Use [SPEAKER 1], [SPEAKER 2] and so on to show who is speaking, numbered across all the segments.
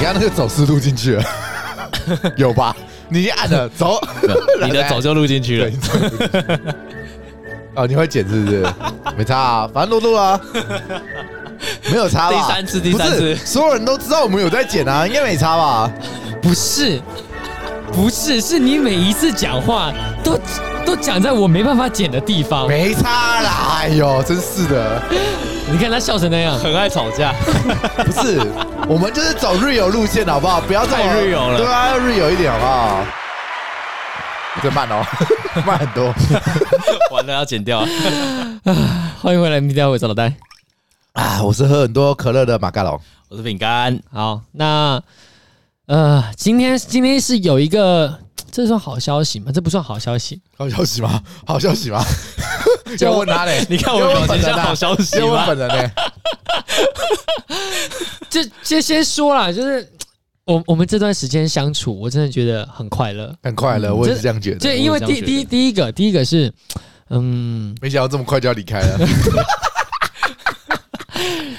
[SPEAKER 1] 刚刚那个走是录进 去了，有吧？你已经按 了走，
[SPEAKER 2] 你的早就录进去
[SPEAKER 1] 对，
[SPEAKER 2] 了
[SPEAKER 1] 你。走录进去 哦，你会剪是不是？没差啊，反正都录啊，没有差吧？
[SPEAKER 2] 第三次第三次
[SPEAKER 1] 不是所有人都知道我们有在剪啊，应该没差吧？
[SPEAKER 3] 不是，不是，是你每一次讲话都都讲在我没办法剪的地方。
[SPEAKER 1] 没差啦，哎呦，真是的，
[SPEAKER 3] 你看他笑成那样，
[SPEAKER 2] 很爱 吵架，
[SPEAKER 1] 不是，我们就是走 real 路线好不好？不要这么
[SPEAKER 2] 太 real 了
[SPEAKER 1] 对啊，要 real 一点好不好？这慢哦， 慢很 多。
[SPEAKER 2] 完了要剪掉。
[SPEAKER 3] 欢迎回来，米家我是老戴。
[SPEAKER 1] 啊，我是喝很多可乐的马卡龙。
[SPEAKER 2] 我是饼干，
[SPEAKER 3] 好，那呃，今天今天是有一个，这算好消息吗？这不算好消息，
[SPEAKER 1] 好消息吗？好消息吗？要问他嘞？
[SPEAKER 2] 你看我表情像好消息
[SPEAKER 1] 要问
[SPEAKER 2] 吗？
[SPEAKER 1] 本人嘞？
[SPEAKER 3] 这这先说啦，就是我我们这段时间相处，我真的觉得很快乐。
[SPEAKER 1] 很快乐，我也是这样觉得。
[SPEAKER 3] 这因为
[SPEAKER 2] 我
[SPEAKER 3] 第
[SPEAKER 2] 也这样觉得
[SPEAKER 3] 第第一个第一个是，嗯，
[SPEAKER 1] 没想到这么快就要离开了，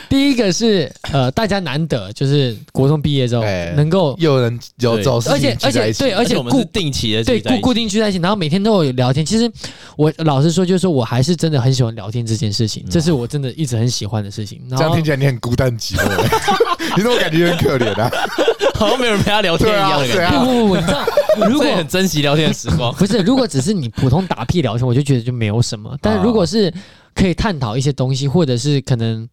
[SPEAKER 3] 第一个是呃，大家难得就是国中毕业之后
[SPEAKER 1] 哎
[SPEAKER 3] 能够，
[SPEAKER 1] 又有人有走事
[SPEAKER 3] 而
[SPEAKER 1] 情
[SPEAKER 3] 且
[SPEAKER 1] 聚
[SPEAKER 3] 而
[SPEAKER 1] 在一
[SPEAKER 3] 且
[SPEAKER 1] 起，
[SPEAKER 3] 对，而且
[SPEAKER 2] 我们是
[SPEAKER 3] 固
[SPEAKER 2] 定期的
[SPEAKER 3] 对
[SPEAKER 2] 聚在一
[SPEAKER 3] 固
[SPEAKER 2] 起
[SPEAKER 3] 固定聚在一起，然后每天都有聊天。其实我老实说，就是说我还是真的很喜欢聊天这件事情，这是我真的一直很喜欢的事情。然
[SPEAKER 1] 这样
[SPEAKER 3] 后
[SPEAKER 1] 听起来你很孤单寂寞 欸，你怎么感觉很可怜啊？
[SPEAKER 2] 好像没有人陪他聊天
[SPEAKER 1] 对
[SPEAKER 2] 一样
[SPEAKER 1] 啊，
[SPEAKER 2] 的
[SPEAKER 1] 对
[SPEAKER 2] 感觉。
[SPEAKER 1] 啊，
[SPEAKER 3] 不不不，你知道，如
[SPEAKER 2] 所
[SPEAKER 3] 果，
[SPEAKER 2] 以很珍惜聊天的时光
[SPEAKER 3] 不是如果只是你普通打屁聊天，我就觉得就没有什么。
[SPEAKER 1] 啊
[SPEAKER 3] 但如果是可以探讨一些东西，或者是可能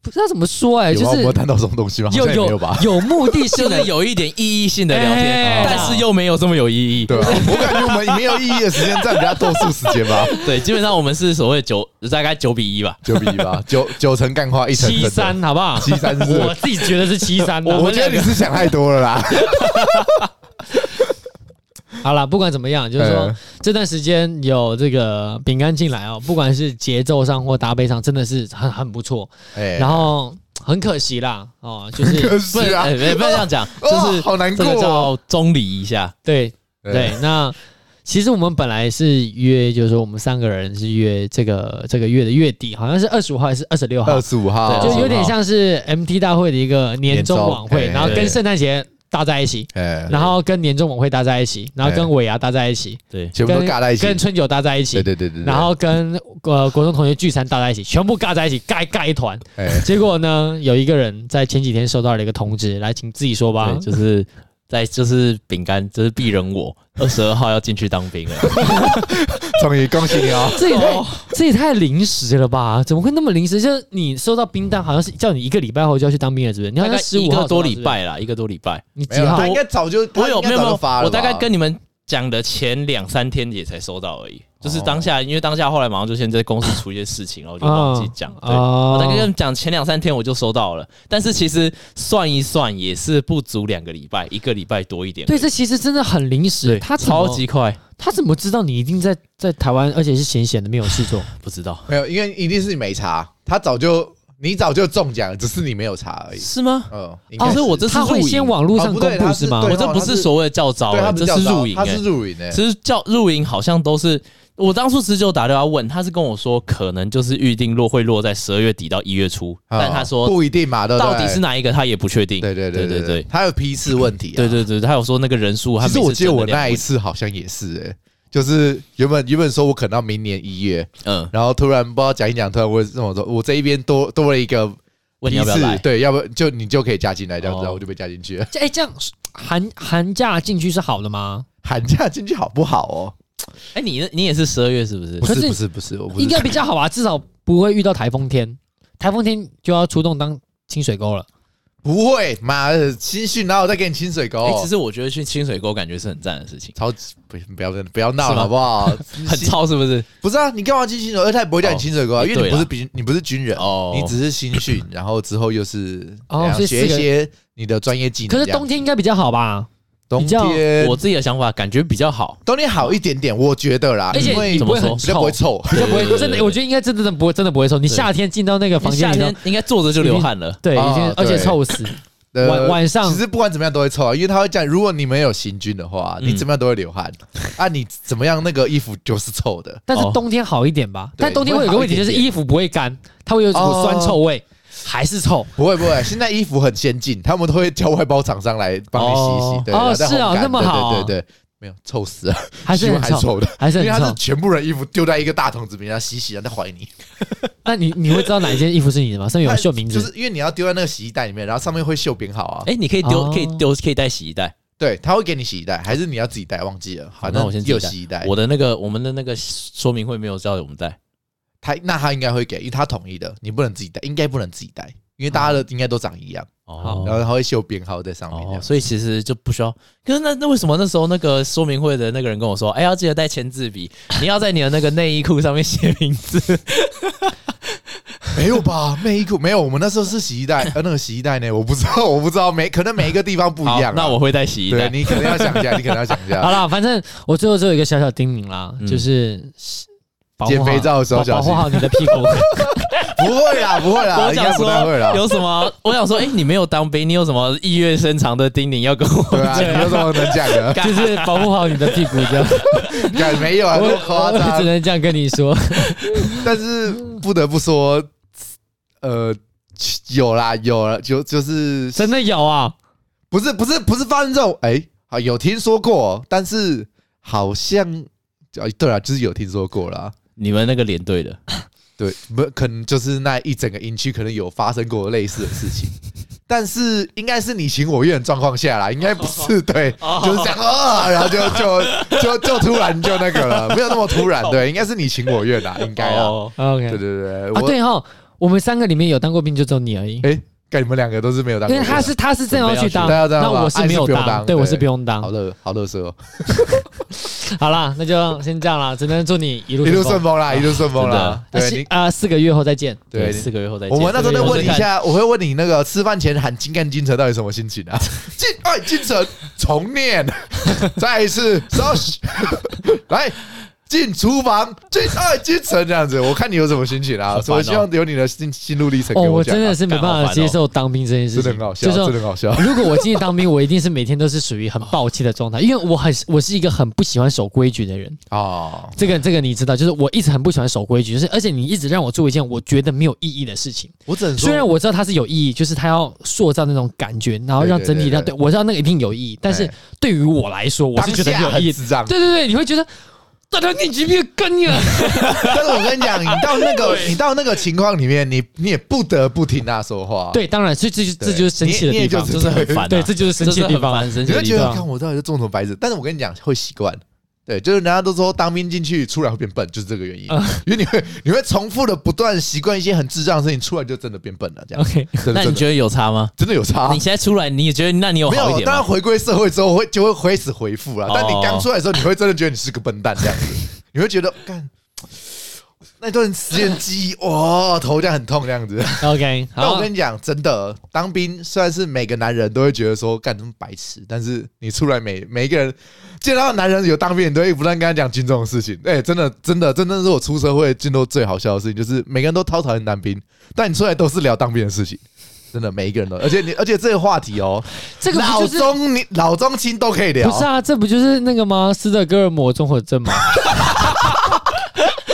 [SPEAKER 3] 不知道怎么说哎、
[SPEAKER 1] 有啊
[SPEAKER 3] 就
[SPEAKER 1] 吗？我
[SPEAKER 3] 是
[SPEAKER 1] 们有谈到什么东西吗？好
[SPEAKER 3] 有
[SPEAKER 1] 像也没有吧？
[SPEAKER 3] 有目的性
[SPEAKER 2] 就
[SPEAKER 3] 的
[SPEAKER 2] 是有一点意义性的聊
[SPEAKER 3] 哎
[SPEAKER 2] 天，哦但是又没有这么有意义。
[SPEAKER 1] 对啊，我感觉我们没有意义的时间占比较多数时间吧，
[SPEAKER 2] 对，基本上我们是所谓九，大概九比一吧。
[SPEAKER 1] 九比一吧，九九成干话，一成真
[SPEAKER 3] 七
[SPEAKER 1] 的
[SPEAKER 3] 三，好不好？
[SPEAKER 1] 七三是不是
[SPEAKER 3] 我自己觉得是七三啊的。
[SPEAKER 1] 我觉得你是想太多了啦。
[SPEAKER 3] 好了，不管怎么样，就是说
[SPEAKER 1] 嗯
[SPEAKER 3] 这段时间有这个饼干进来哦，不管是节奏上或搭配上，真的是很很不错。
[SPEAKER 1] 哎
[SPEAKER 3] 然后很可惜啦，哦，就是
[SPEAKER 1] 可
[SPEAKER 2] 不
[SPEAKER 1] 是
[SPEAKER 2] 能，
[SPEAKER 1] 啊
[SPEAKER 2] 哎，不能这样讲，
[SPEAKER 1] 哦
[SPEAKER 2] 就是
[SPEAKER 1] 好难
[SPEAKER 2] 这
[SPEAKER 1] 过
[SPEAKER 2] 个
[SPEAKER 1] 哦。
[SPEAKER 2] 叫中理一下。
[SPEAKER 3] 对
[SPEAKER 1] 哎
[SPEAKER 3] 对，那其实我们本来是约，就是说我们三个人是约这个这个月的月底，好像是二十五号还是二十六号
[SPEAKER 1] 二，十五号，
[SPEAKER 2] 对
[SPEAKER 3] 就有点像是 MT 大会的一个
[SPEAKER 1] 年
[SPEAKER 3] 年终
[SPEAKER 1] 终
[SPEAKER 3] 晚会，
[SPEAKER 1] 哎
[SPEAKER 3] 然后跟
[SPEAKER 2] 对
[SPEAKER 3] 圣诞节搭在一起，
[SPEAKER 1] 哎，
[SPEAKER 3] 然后跟年终晚会搭在一起，然后跟
[SPEAKER 1] 哎
[SPEAKER 3] 尾牙搭在一起，
[SPEAKER 2] 对，
[SPEAKER 1] 全部都尬在一起，
[SPEAKER 3] 跟春酒搭在一起
[SPEAKER 1] 对，对对对，对
[SPEAKER 3] 然后跟呃国中同学聚餐搭在一起，全部尬在一起，尬尬一团。
[SPEAKER 1] 哎，
[SPEAKER 3] 结果呢，有一个人在前几天收到了一个通知，来，请自己说吧
[SPEAKER 2] 对，。就是在就是饼干，就是鄙人我二十二号要进去当兵了。
[SPEAKER 1] 终于恭喜你 哦，
[SPEAKER 3] 这也太、这也太临时了吧？怎么会那么临时？就是你收到冰弹，好像是叫你一个礼拜后就要去当兵了，是不是？你好
[SPEAKER 2] 大
[SPEAKER 3] 像
[SPEAKER 2] 概
[SPEAKER 3] 十
[SPEAKER 2] 一
[SPEAKER 3] 五
[SPEAKER 2] 个
[SPEAKER 3] 号
[SPEAKER 2] 多礼，拜啦，一个多礼拜。
[SPEAKER 3] 是
[SPEAKER 1] 没有
[SPEAKER 3] 不是你几
[SPEAKER 1] 啦，
[SPEAKER 3] 号
[SPEAKER 1] 他？应该早就，他
[SPEAKER 2] 我有
[SPEAKER 1] 应该
[SPEAKER 2] 没有没
[SPEAKER 1] 早就
[SPEAKER 2] 有？
[SPEAKER 1] 发了吧，
[SPEAKER 2] 我大概跟你们讲的前两三天也才收到而
[SPEAKER 1] 哦
[SPEAKER 2] 已，就是当下，因为当下后来马上就先在公司出一些事情，然后就忘记讲。对，
[SPEAKER 1] 啊
[SPEAKER 2] 我大概跟你
[SPEAKER 3] 哦，
[SPEAKER 2] 们讲前两三天我就收到了，但是其实算一算也是不足两个礼拜，一个礼拜多一点。
[SPEAKER 3] 对，这其实真的很临时。
[SPEAKER 2] 对，
[SPEAKER 3] 他怎么
[SPEAKER 2] 超级快，
[SPEAKER 3] 他怎么知道你一定在在台湾，而且是闲闲的没有事做？
[SPEAKER 2] 不知道
[SPEAKER 1] 没有，因为一定是你没查，他早就你早就中奖，只是你没有查而已。
[SPEAKER 2] 是吗？
[SPEAKER 1] 嗯，应该
[SPEAKER 2] 可
[SPEAKER 1] 是
[SPEAKER 2] 是我这是
[SPEAKER 3] 哎他会
[SPEAKER 2] 露
[SPEAKER 3] 先
[SPEAKER 2] 营，
[SPEAKER 3] 网络
[SPEAKER 1] 哦
[SPEAKER 3] 上
[SPEAKER 1] 不对
[SPEAKER 3] 公布
[SPEAKER 1] 他
[SPEAKER 3] 是
[SPEAKER 1] 是
[SPEAKER 3] 吗？
[SPEAKER 1] 对
[SPEAKER 2] 我这不是所谓的教招
[SPEAKER 1] 对他
[SPEAKER 2] 欸，
[SPEAKER 1] 不
[SPEAKER 2] 这
[SPEAKER 1] 叫
[SPEAKER 2] 是
[SPEAKER 1] 招
[SPEAKER 2] 露营
[SPEAKER 1] 他
[SPEAKER 2] 欸
[SPEAKER 1] 是。入哎营诶，
[SPEAKER 2] 其实叫露营好像都是我当初十九打电话问，他是跟我说可能就是预定落会落在十二月底到一月初，
[SPEAKER 1] 嗯
[SPEAKER 2] 但他说
[SPEAKER 1] 不一定嘛，对不对
[SPEAKER 2] 到底是？哪一个他也不确定。
[SPEAKER 1] 对对
[SPEAKER 2] 对
[SPEAKER 1] 对
[SPEAKER 2] 对
[SPEAKER 1] 对，他有批次问题啊。
[SPEAKER 2] 对对对，他有说那个人数，他
[SPEAKER 1] 其实
[SPEAKER 2] 每
[SPEAKER 1] 我
[SPEAKER 2] 次
[SPEAKER 1] 记得
[SPEAKER 2] 整的
[SPEAKER 1] 我
[SPEAKER 2] 量
[SPEAKER 1] 那一次好像也是诶，就是原本原本说我可能到明年一月，
[SPEAKER 2] 嗯，
[SPEAKER 1] 然后突然不知道讲一讲，突然问跟我说，我这一边多多了一个
[SPEAKER 2] 问
[SPEAKER 1] 批
[SPEAKER 2] 你要不要
[SPEAKER 1] 次，
[SPEAKER 2] 来，
[SPEAKER 1] 对，要不就你就可以加进来这样子，
[SPEAKER 2] 哦
[SPEAKER 1] 然后我就被加进去了。
[SPEAKER 3] 哎、这样寒寒假进去是好的吗？
[SPEAKER 1] 寒假进去好不好哦？
[SPEAKER 2] 哎，你那你也是十二月是不是
[SPEAKER 1] 不？
[SPEAKER 3] 可
[SPEAKER 1] 是
[SPEAKER 3] 是
[SPEAKER 1] 不是不是，我不是
[SPEAKER 3] 应该比较好吧，至少不会遇到台风天。台风天就要出动当清水沟了。
[SPEAKER 1] 不会，妈的，清训然后再给你清水沟
[SPEAKER 2] 哎，，其实我觉得去清水沟感觉是很赞的事情，
[SPEAKER 1] 超级不不要不要闹
[SPEAKER 2] 是
[SPEAKER 1] 了
[SPEAKER 2] 吗
[SPEAKER 1] 好不好？
[SPEAKER 2] 很
[SPEAKER 1] 清，
[SPEAKER 2] 超是不是？
[SPEAKER 1] 不是啊，你干嘛进清水沟？而且他也不会叫你清水沟啊，
[SPEAKER 2] 哦
[SPEAKER 1] 因为你
[SPEAKER 2] 对
[SPEAKER 1] 不
[SPEAKER 2] 啦
[SPEAKER 1] 是兵，你不是军人，
[SPEAKER 2] 哦，
[SPEAKER 1] 你只是新训，然后之后又是
[SPEAKER 3] 哦
[SPEAKER 1] 怎样
[SPEAKER 3] 所以四
[SPEAKER 1] 学
[SPEAKER 3] 个
[SPEAKER 1] 一些你的专业技能这
[SPEAKER 3] 可
[SPEAKER 1] 样
[SPEAKER 3] 是
[SPEAKER 1] 子。
[SPEAKER 3] 冬天应该比较好吧？
[SPEAKER 1] 冬
[SPEAKER 3] 比较
[SPEAKER 1] 天
[SPEAKER 2] 我自己的想法感觉比较好，
[SPEAKER 1] 冬天好一点点，我觉得啦，
[SPEAKER 3] 而且
[SPEAKER 1] 因为
[SPEAKER 3] 你不会
[SPEAKER 2] 怎么
[SPEAKER 3] 很
[SPEAKER 2] 说
[SPEAKER 1] 比较不
[SPEAKER 3] 臭
[SPEAKER 1] 会，臭。
[SPEAKER 3] 比较不
[SPEAKER 2] 对对
[SPEAKER 3] 会
[SPEAKER 2] 对
[SPEAKER 3] 真
[SPEAKER 2] 对
[SPEAKER 3] 的，
[SPEAKER 2] 对
[SPEAKER 3] 我觉得应该真的真的不会，真的不会臭。你
[SPEAKER 2] 对
[SPEAKER 3] 夏天进到那个房间
[SPEAKER 2] 夏
[SPEAKER 3] 里头
[SPEAKER 2] 天，应该坐着就流汗了。
[SPEAKER 3] 对，
[SPEAKER 1] 哦
[SPEAKER 3] 已经而且
[SPEAKER 1] 对
[SPEAKER 3] 臭死。
[SPEAKER 1] 呃
[SPEAKER 3] 晚晚上
[SPEAKER 1] 其实不管怎么样都会臭啊，因为他会讲，如果你没有行军的话，
[SPEAKER 2] 嗯
[SPEAKER 1] 你怎么样都会流汗啊，你怎么样那个衣服就是臭的。
[SPEAKER 3] 但是
[SPEAKER 2] 哦
[SPEAKER 3] 冬天好一点吧？但
[SPEAKER 1] 对
[SPEAKER 3] 冬天会有个问题，就是
[SPEAKER 1] 会好一点哦
[SPEAKER 3] 衣服不会干，它会有一股酸臭味。还是臭。
[SPEAKER 1] 不会不会，现在衣服很先进，他们都会叫外包厂商来帮你洗
[SPEAKER 3] 哦
[SPEAKER 1] 洗。对，
[SPEAKER 3] 哦
[SPEAKER 1] 然后再
[SPEAKER 3] 是哦
[SPEAKER 1] 烘干
[SPEAKER 3] 那么
[SPEAKER 1] 对
[SPEAKER 3] 好
[SPEAKER 1] 对对对，没有臭死了，
[SPEAKER 3] 还是
[SPEAKER 1] 洗完
[SPEAKER 3] 很
[SPEAKER 1] 还
[SPEAKER 3] 臭
[SPEAKER 1] 臭的，
[SPEAKER 3] 还是
[SPEAKER 1] 因
[SPEAKER 3] 很
[SPEAKER 1] 为他是
[SPEAKER 3] 臭。
[SPEAKER 1] 全部人衣服丢在一个大桶子里面，然后洗洗，然后再还你。
[SPEAKER 3] 那你你会知道哪一件衣服是你的吗？上面有绣名
[SPEAKER 1] 就
[SPEAKER 3] 字
[SPEAKER 1] 是因为你要丢在那个洗衣袋里面，然后上面会绣编号啊。
[SPEAKER 2] 哎，你可以丢，
[SPEAKER 3] 哦
[SPEAKER 2] 可以丢，可以带洗衣袋。
[SPEAKER 1] 对，他会给你洗衣袋，还是你要自己带？忘记了，反
[SPEAKER 2] 那
[SPEAKER 1] 正
[SPEAKER 2] 我先自己
[SPEAKER 1] 有
[SPEAKER 2] 带
[SPEAKER 1] 洗衣袋。
[SPEAKER 2] 我的那个，我们的那个说明会没有叫我们带。
[SPEAKER 1] 他那他应该会给，因为他统一的，你不能自己带，应该不能自己带，因为大家的应该都长一样，
[SPEAKER 2] 哦
[SPEAKER 1] 然后他会绣编号在上面这
[SPEAKER 2] 哦
[SPEAKER 1] 样。，
[SPEAKER 2] 所以其实就不需要。可是那那为什么那时候那个说明会的那个人跟我说，哎，要记得带签字笔，你要在你的那个内衣裤上面写名字。
[SPEAKER 1] 没有吧？内衣裤没有，我们那时候是洗 衣袋，呃，那个洗衣袋呢，我不知道，我不知道，每可能每一个地方不一
[SPEAKER 2] 好
[SPEAKER 1] 样啊。
[SPEAKER 2] 那我会带洗衣
[SPEAKER 1] 对
[SPEAKER 2] 袋。
[SPEAKER 1] 你可能要想一下，你可能要想 一
[SPEAKER 3] 好
[SPEAKER 1] 下。
[SPEAKER 3] 啦，反正我最后只有一个小小叮咛啦，
[SPEAKER 2] 嗯
[SPEAKER 3] 就是保护
[SPEAKER 1] 减
[SPEAKER 3] 好
[SPEAKER 1] 肥照的时候
[SPEAKER 3] 保
[SPEAKER 1] 小
[SPEAKER 3] 保
[SPEAKER 1] 心
[SPEAKER 3] 护好你的屁股。
[SPEAKER 1] 不会 啦，不会啦，
[SPEAKER 2] 我
[SPEAKER 1] 应
[SPEAKER 2] 想
[SPEAKER 1] 该不
[SPEAKER 2] 说
[SPEAKER 1] 太会啦。
[SPEAKER 2] 有什么？我想说，哎、你没有当兵，你有什么意愿深长的叮咛要跟我
[SPEAKER 1] 对啊，
[SPEAKER 2] 讲？
[SPEAKER 1] 你有什么能讲 的？
[SPEAKER 3] 就是保护好你的屁股 这样。
[SPEAKER 1] 敢没有啊，
[SPEAKER 3] 我
[SPEAKER 1] 多夸
[SPEAKER 3] 我只
[SPEAKER 1] 张！
[SPEAKER 3] 能这样跟你说。
[SPEAKER 1] 但是不得不说，呃，有啦，有了，就就是
[SPEAKER 3] 真的有啊，
[SPEAKER 1] 不是不是不是发生这种哎、好有听说过，但是好像啊对啊，就是有听说过啦。
[SPEAKER 2] 你们那个连队的，
[SPEAKER 1] 对，不可能就是那一整个营区可能有发生过类似的事情， 但是应该是你情我愿的状况下啦，应该不是对，就是这样啊，然后就就就就突然就那个了，没有那么突然，对，应该是你情我愿啦，应该啊，
[SPEAKER 2] 哦，
[SPEAKER 3] OK，
[SPEAKER 1] 对对对，
[SPEAKER 3] 啊，
[SPEAKER 1] 我
[SPEAKER 3] 对哈，我们三个里面有当过兵就只有你而已，
[SPEAKER 1] 哎，干你们两个都是没有当
[SPEAKER 3] 因
[SPEAKER 1] 过
[SPEAKER 3] 为
[SPEAKER 1] 兵的，
[SPEAKER 3] 他是他是真的要去
[SPEAKER 1] 准
[SPEAKER 3] 当，
[SPEAKER 1] 备要去当
[SPEAKER 3] 那我没有
[SPEAKER 1] 哎是不用当
[SPEAKER 3] 对
[SPEAKER 1] 对
[SPEAKER 3] 我是不用当
[SPEAKER 1] 好。乐好乐色哦，
[SPEAKER 3] 好啦，那就先这样啦，只能祝你一路
[SPEAKER 1] 一路
[SPEAKER 3] 顺
[SPEAKER 1] 顺风啦，一路顺风啦，
[SPEAKER 3] 那
[SPEAKER 1] 对
[SPEAKER 3] 是
[SPEAKER 1] 你
[SPEAKER 3] 啊，四个月后再见。
[SPEAKER 1] 对你
[SPEAKER 2] 四个月
[SPEAKER 3] 哎
[SPEAKER 2] 后再见。
[SPEAKER 1] 我们那时候
[SPEAKER 3] 在
[SPEAKER 1] 再
[SPEAKER 2] 对
[SPEAKER 1] 问你一，
[SPEAKER 2] 对对
[SPEAKER 1] 下，我会问你那个吃饭前喊“金干金城”到底什么心情 啊？金哎金城重念， 再一次稍息， 来进厨房，金哎金城这样子，我看你有什么心情啊
[SPEAKER 2] 好？烦哦
[SPEAKER 1] 我希望有你的心心路历程
[SPEAKER 3] 哦，
[SPEAKER 1] 给
[SPEAKER 3] 我
[SPEAKER 1] 讲
[SPEAKER 3] 真
[SPEAKER 1] 啊，
[SPEAKER 3] 的是没办法接受当兵这件事
[SPEAKER 1] 真
[SPEAKER 3] 情，
[SPEAKER 1] 的很好笑，
[SPEAKER 3] 就是
[SPEAKER 1] 真的
[SPEAKER 3] 说
[SPEAKER 1] 很好笑。
[SPEAKER 3] 如果我进去当兵，我一定是每天都是属于很暴气的状态，因为我很我是一个很不喜欢守规矩的人。
[SPEAKER 1] 哦，
[SPEAKER 3] 这个这个你知道，就是我一直很不喜欢守规矩，就是而且你一直让我做一件我觉得没有意义的事情。
[SPEAKER 1] 我只能
[SPEAKER 3] 虽然
[SPEAKER 1] 说，
[SPEAKER 3] 我知道它是有意义，就是它要塑造那种感觉，然后让整体让
[SPEAKER 1] 对
[SPEAKER 3] 对我知道那个一定有意义，但是
[SPEAKER 1] 哎
[SPEAKER 3] 对于我来说，我是觉得
[SPEAKER 1] 当下
[SPEAKER 3] 有意
[SPEAKER 1] 很
[SPEAKER 3] 义的。
[SPEAKER 1] 智障。
[SPEAKER 3] 对对对，你会觉得大家你级别 跟你了，
[SPEAKER 1] 但是我跟你讲，你到那 个你到那个情况里面，你你也不得不听他说话。，啊
[SPEAKER 3] 对，当然，所以这就
[SPEAKER 1] 对
[SPEAKER 3] 这就是生气的
[SPEAKER 1] 你你也
[SPEAKER 3] 地
[SPEAKER 1] 就
[SPEAKER 3] 方
[SPEAKER 1] 是，
[SPEAKER 2] 就是很烦啊、
[SPEAKER 3] 对，这就是生气的地方。
[SPEAKER 2] 这是很烦，生
[SPEAKER 1] 你
[SPEAKER 2] 气的
[SPEAKER 1] 会
[SPEAKER 2] 地
[SPEAKER 1] 觉
[SPEAKER 3] 对
[SPEAKER 1] 得，
[SPEAKER 3] 啊
[SPEAKER 1] 看我到底是种什么白痴？但是我跟你讲，会习惯。对，就是人家都说当兵进去出来会变笨，就是这个原因，
[SPEAKER 2] 嗯
[SPEAKER 1] 因为你会你会重复的不断习惯一些很智障的事情，出来就真的变笨了，这样
[SPEAKER 3] OK，
[SPEAKER 1] 真的
[SPEAKER 2] 方。那你
[SPEAKER 1] 真的
[SPEAKER 2] 觉得有差吗？
[SPEAKER 1] 真的有差啊
[SPEAKER 2] 你。现在出来，你也觉得那你有
[SPEAKER 1] 没
[SPEAKER 2] 好一
[SPEAKER 1] 有，
[SPEAKER 2] 点
[SPEAKER 1] 当然
[SPEAKER 2] 吗？
[SPEAKER 1] 回归社会之后会就会开始回复了
[SPEAKER 2] 哦。
[SPEAKER 1] 但你刚出来的时候，你会真的觉得你是个笨蛋这样子，你会觉得干那段时间记忆哇头这样很痛这样子。
[SPEAKER 3] OK，
[SPEAKER 1] 但我
[SPEAKER 3] 好
[SPEAKER 1] 跟，你讲，真的，当兵虽然是每个男人都会觉得说干什么白痴，但是你出来每每一个人见到男人有当兵，你都会不断跟他讲军中的事 情。哎、真的，真的，真的是我出社会进入最好笑的事情，就是每个人都超讨厌当兵，但你出来都是聊当兵的事情。真的，每一个 人都，而且你，而且这个话题哦，
[SPEAKER 3] 这个不
[SPEAKER 1] 老
[SPEAKER 3] 就是
[SPEAKER 1] 中你老中青都可以聊。
[SPEAKER 3] 不是啊？这不就是那个吗？斯德哥尔摩综合症吗？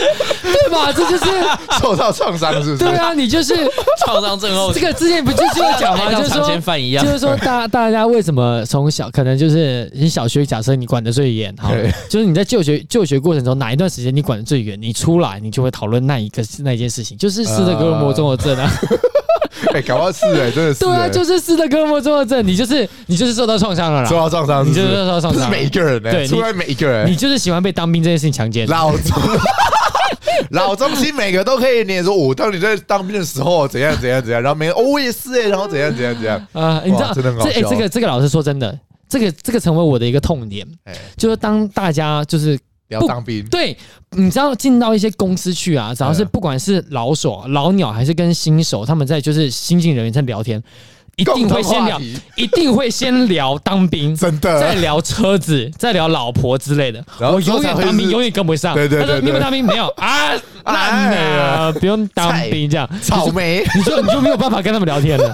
[SPEAKER 3] 对吧？这就是
[SPEAKER 1] 受到创伤是不是？
[SPEAKER 3] 对啊，你就是
[SPEAKER 2] 创伤症候
[SPEAKER 3] 这
[SPEAKER 2] 群，
[SPEAKER 3] 个之前不就是有讲 吗？
[SPEAKER 2] 像
[SPEAKER 3] 就是
[SPEAKER 2] 常
[SPEAKER 3] 说
[SPEAKER 2] 见。犯一样
[SPEAKER 3] 就。是说大，大家为什么从小可能就是你小学，假设你管得最严，好了
[SPEAKER 1] 对，
[SPEAKER 3] 就是你在就学就学过程中哪一段时间你管得最严，你出来你就会讨论那一个那一件事情，就是斯德哥尔摩综合症啊，
[SPEAKER 1] 哎、搞不好是哎、真的是、
[SPEAKER 3] 对啊，
[SPEAKER 1] 哎
[SPEAKER 3] 就是斯德哥尔摩综合症，你就是你就是受到创伤了
[SPEAKER 1] 受
[SPEAKER 3] 啦，
[SPEAKER 1] 到创伤，
[SPEAKER 3] 你
[SPEAKER 1] 是不
[SPEAKER 3] 就是是受到创
[SPEAKER 1] 不是
[SPEAKER 3] 伤，
[SPEAKER 1] 每一个人哎、
[SPEAKER 3] 对你
[SPEAKER 1] 出来每一个人、
[SPEAKER 3] 你就是喜欢被当兵这件事情强 奸，
[SPEAKER 1] 老中老中青每个都可以，你也说我当你在当兵的时候怎样怎样怎样，然后每个哦我也是哎、然后怎样怎样怎样，
[SPEAKER 3] 啊，你知道
[SPEAKER 1] 哇真的很好
[SPEAKER 3] 这哎
[SPEAKER 1] 笑
[SPEAKER 3] 这个这个老师说真的，这个这个成为我的一个痛点，
[SPEAKER 1] 哎、
[SPEAKER 3] 就是当大家就是
[SPEAKER 1] 聊
[SPEAKER 3] 不
[SPEAKER 1] 当兵，
[SPEAKER 3] 对，你知道进到一些公司去啊，只要是
[SPEAKER 1] 嗯
[SPEAKER 3] 不管是老手、啊老鸟还是跟新手，他们在就是新进人员在聊天，一定会
[SPEAKER 1] 共同
[SPEAKER 3] 先
[SPEAKER 1] 话
[SPEAKER 3] 聊，
[SPEAKER 1] 题
[SPEAKER 3] 一定会先聊当兵。
[SPEAKER 1] 真
[SPEAKER 3] 再
[SPEAKER 1] 的，
[SPEAKER 3] 聊车子，再聊老婆之类的，
[SPEAKER 1] 然后
[SPEAKER 3] 我
[SPEAKER 1] 之后
[SPEAKER 3] 永远
[SPEAKER 1] 才会
[SPEAKER 3] 当兵
[SPEAKER 1] 是
[SPEAKER 3] 永远跟不上。
[SPEAKER 1] 对对
[SPEAKER 3] 他说
[SPEAKER 1] 对对
[SPEAKER 3] 你们当兵没有啊？
[SPEAKER 1] 哎
[SPEAKER 3] 那
[SPEAKER 1] 呀
[SPEAKER 3] 不用当
[SPEAKER 1] 菜
[SPEAKER 3] 兵这样，
[SPEAKER 1] 草莓，
[SPEAKER 3] 你就你就没有办 法跟他们聊天了。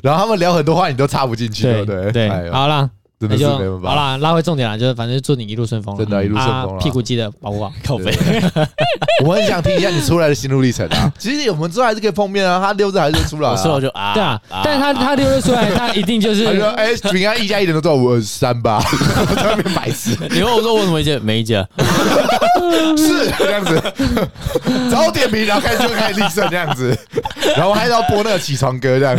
[SPEAKER 1] 然后他们聊很多话，你都插不进去，对
[SPEAKER 3] 对
[SPEAKER 1] 不对？
[SPEAKER 3] 对
[SPEAKER 1] 哎，呦
[SPEAKER 3] 好啦，
[SPEAKER 1] 真
[SPEAKER 3] 那
[SPEAKER 1] 的是
[SPEAKER 3] 就
[SPEAKER 1] 没办
[SPEAKER 3] 好
[SPEAKER 1] 法。
[SPEAKER 3] 啦，拉回重点啦，就是反正祝你一路顺风啦，
[SPEAKER 1] 真的一路顺风啦
[SPEAKER 3] 啊屁股记得保护好。
[SPEAKER 2] 靠背，
[SPEAKER 1] 我很想听一下你出来的心路历程 啊。其实我们之后还是可以碰面啊，他溜着还是出来、啊。
[SPEAKER 2] 我说我就 啊，
[SPEAKER 3] 对啊，但是他他溜得出来，他一定就是
[SPEAKER 1] 他就说：“哎、平安一加一等于多少？我三吧。” 我在那边白痴，
[SPEAKER 2] 你问我说我怎么没接？没接，
[SPEAKER 1] 是这样子， 早点名，然后开始就开始立正这样 子，然后还要播那个起床歌这样。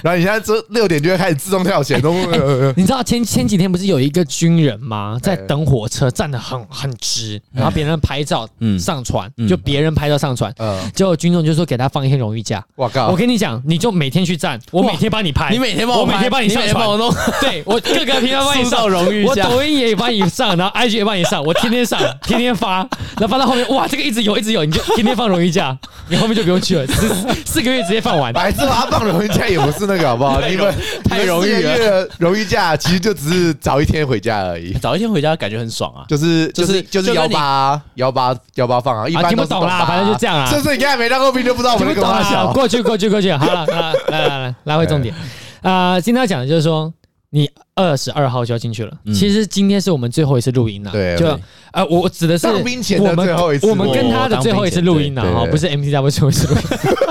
[SPEAKER 1] 然后你现在这六点就会开始自动跳弦，都呃
[SPEAKER 3] 你知道前前几天不是有一个军人吗？在等火车站得很很直，然后别人拍照
[SPEAKER 2] 嗯
[SPEAKER 3] 上传，
[SPEAKER 2] 嗯
[SPEAKER 3] 就别人拍照上传，
[SPEAKER 1] 呃，
[SPEAKER 3] 结果军众就说给他放一天荣誉假。
[SPEAKER 1] 我靠
[SPEAKER 3] 我，跟你讲，你就每天去站，我每天帮你拍，
[SPEAKER 2] 你每天帮
[SPEAKER 3] 我
[SPEAKER 2] 拍
[SPEAKER 3] 每天帮你
[SPEAKER 2] 你每
[SPEAKER 3] 上
[SPEAKER 2] 天
[SPEAKER 3] 传
[SPEAKER 2] 哎帮我，弄，
[SPEAKER 3] 对我各个平台帮你
[SPEAKER 2] 塑造
[SPEAKER 3] 上
[SPEAKER 2] 荣誉
[SPEAKER 3] 我
[SPEAKER 2] 价
[SPEAKER 3] 抖音也帮你上，然后 IG 也帮你上，我天天上，天天发，然后发到后面，哇，这个一直有，一直有，你就天天放荣誉假，你后面就不用去了，四四个月直接放完。
[SPEAKER 1] 白痴把他放荣誉假也不是那个好不 好？你们
[SPEAKER 2] 太荣誉了
[SPEAKER 1] 你们四个月的荣誉假其实就只是早一天回家而已。
[SPEAKER 2] 早一天回家感觉很爽啊。
[SPEAKER 1] 就是就是就
[SPEAKER 2] 就
[SPEAKER 1] 是是
[SPEAKER 2] 就跟
[SPEAKER 1] 幺
[SPEAKER 2] 你
[SPEAKER 1] 八啊幺八幺八放 啊，一般
[SPEAKER 3] 听不
[SPEAKER 1] 都是
[SPEAKER 3] 懂
[SPEAKER 1] 动
[SPEAKER 3] 啦
[SPEAKER 1] 八
[SPEAKER 3] 反正就这样啦
[SPEAKER 1] 甚至你刚才没当过兵就不知道我
[SPEAKER 3] 听
[SPEAKER 1] 们
[SPEAKER 3] 不
[SPEAKER 1] 在
[SPEAKER 3] 懂
[SPEAKER 1] 跟他
[SPEAKER 3] 啊
[SPEAKER 1] 笑，。
[SPEAKER 3] 过去过去过去，好了，好了来来来，拉回重点。
[SPEAKER 1] 哎
[SPEAKER 3] 啊，今天要讲的就是说，你二十二号就要进去了。
[SPEAKER 2] 嗯
[SPEAKER 3] 其实今天是我们最后一次录音了，
[SPEAKER 1] 对
[SPEAKER 3] 就
[SPEAKER 2] 对
[SPEAKER 3] 呃，我指的是
[SPEAKER 1] 当兵前的
[SPEAKER 3] 我们
[SPEAKER 1] 最后一次
[SPEAKER 3] 我们跟他的最后一次录音了
[SPEAKER 1] 对对
[SPEAKER 3] 哈，
[SPEAKER 1] 对
[SPEAKER 3] 不是 MCW 最后一次 录音。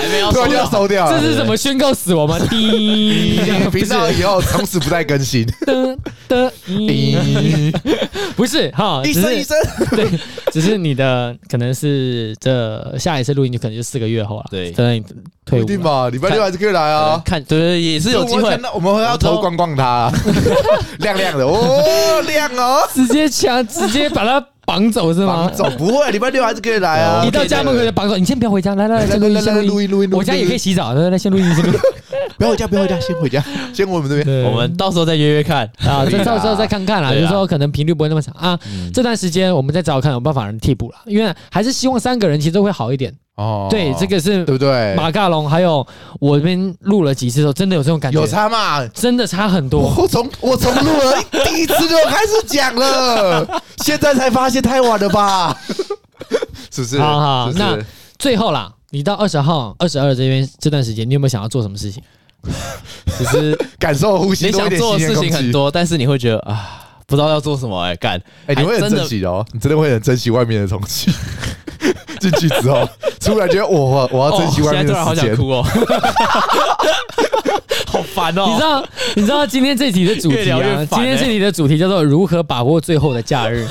[SPEAKER 2] 还没有
[SPEAKER 1] 突然啊就要收掉了
[SPEAKER 3] 这。是什 么宣告死亡吗？滴，不
[SPEAKER 1] 频
[SPEAKER 3] 是
[SPEAKER 1] 道以后从此不再更新。
[SPEAKER 3] 的的， 咦不是哈，
[SPEAKER 1] 医
[SPEAKER 3] 只
[SPEAKER 1] 生，医
[SPEAKER 3] 是
[SPEAKER 1] 生，
[SPEAKER 3] 对，只是你的可能是这下一次录音就可能就四个月后了，
[SPEAKER 2] 对
[SPEAKER 3] 等到你
[SPEAKER 1] 不
[SPEAKER 3] 退伍
[SPEAKER 1] 一定
[SPEAKER 3] 了。
[SPEAKER 1] 吧？礼拜六还是可以来啊。
[SPEAKER 2] 看，对对，对也是有机
[SPEAKER 1] 我
[SPEAKER 2] 会
[SPEAKER 1] 们。我们要头光光 他，亮亮的哦，亮哦。
[SPEAKER 3] 直接抢，直接把他绑走是吗哦
[SPEAKER 1] 绑？走不会，礼拜六还是可以来啊。
[SPEAKER 3] 一到家门口就绑走，你先不要回家，来来来，先录音，
[SPEAKER 1] 来来来来
[SPEAKER 3] 先录
[SPEAKER 1] 录
[SPEAKER 3] 音
[SPEAKER 1] 音录音录音
[SPEAKER 3] 我家也可以洗澡，来来来，先录音，先 录音。
[SPEAKER 1] 不要回家，不要回家，先 回家，先我们这边。
[SPEAKER 3] 对
[SPEAKER 2] 我们到时候再约约看。
[SPEAKER 3] 啊，
[SPEAKER 1] 可以
[SPEAKER 3] 这
[SPEAKER 1] 啦
[SPEAKER 3] 到时候再看看啦，
[SPEAKER 2] 对
[SPEAKER 3] 就
[SPEAKER 2] 啊
[SPEAKER 3] 是说可能频率不会那么长啊。
[SPEAKER 1] 嗯
[SPEAKER 3] 这段时间我们再找看有办法有人替补了，因为还是希望三个人其实都会好一点。
[SPEAKER 1] 哦
[SPEAKER 3] 对，这个是
[SPEAKER 1] 对不对？
[SPEAKER 3] 马嘎龙，还有我这边录了几次之后，真的有这种感觉，
[SPEAKER 1] 有差嘛？
[SPEAKER 3] 真的差很多。
[SPEAKER 1] 我从我从录了第一次就开始讲 了，现在才发现太晚了吧？是不是？
[SPEAKER 3] 好好
[SPEAKER 1] 是不是
[SPEAKER 3] 那最后啦，你到二十号、二十二这边这段时间，你有没有想要做什么事情？
[SPEAKER 2] 其实
[SPEAKER 1] 感受呼吸
[SPEAKER 2] 你
[SPEAKER 1] 多一
[SPEAKER 2] 想
[SPEAKER 1] 点
[SPEAKER 2] 做
[SPEAKER 1] 新鲜
[SPEAKER 2] 的事
[SPEAKER 1] 空气
[SPEAKER 2] 情很。多，但是你会觉得啊，不知道要做什么哎，干。
[SPEAKER 1] 哎、你会很珍惜的哦，你真的会很珍惜外面的东西。 进去之后，出来觉得我我要珍惜
[SPEAKER 2] 哦
[SPEAKER 1] 外
[SPEAKER 2] 现在
[SPEAKER 1] 面
[SPEAKER 2] 突
[SPEAKER 1] 的
[SPEAKER 2] 然好
[SPEAKER 1] 时
[SPEAKER 2] 想
[SPEAKER 1] 间。
[SPEAKER 2] 哭哦， 好烦哦。
[SPEAKER 3] 你知道，你知道今天这题的主题啊，
[SPEAKER 2] 越聊越烦
[SPEAKER 3] 今天这题的主题叫做如何把握最后的假日。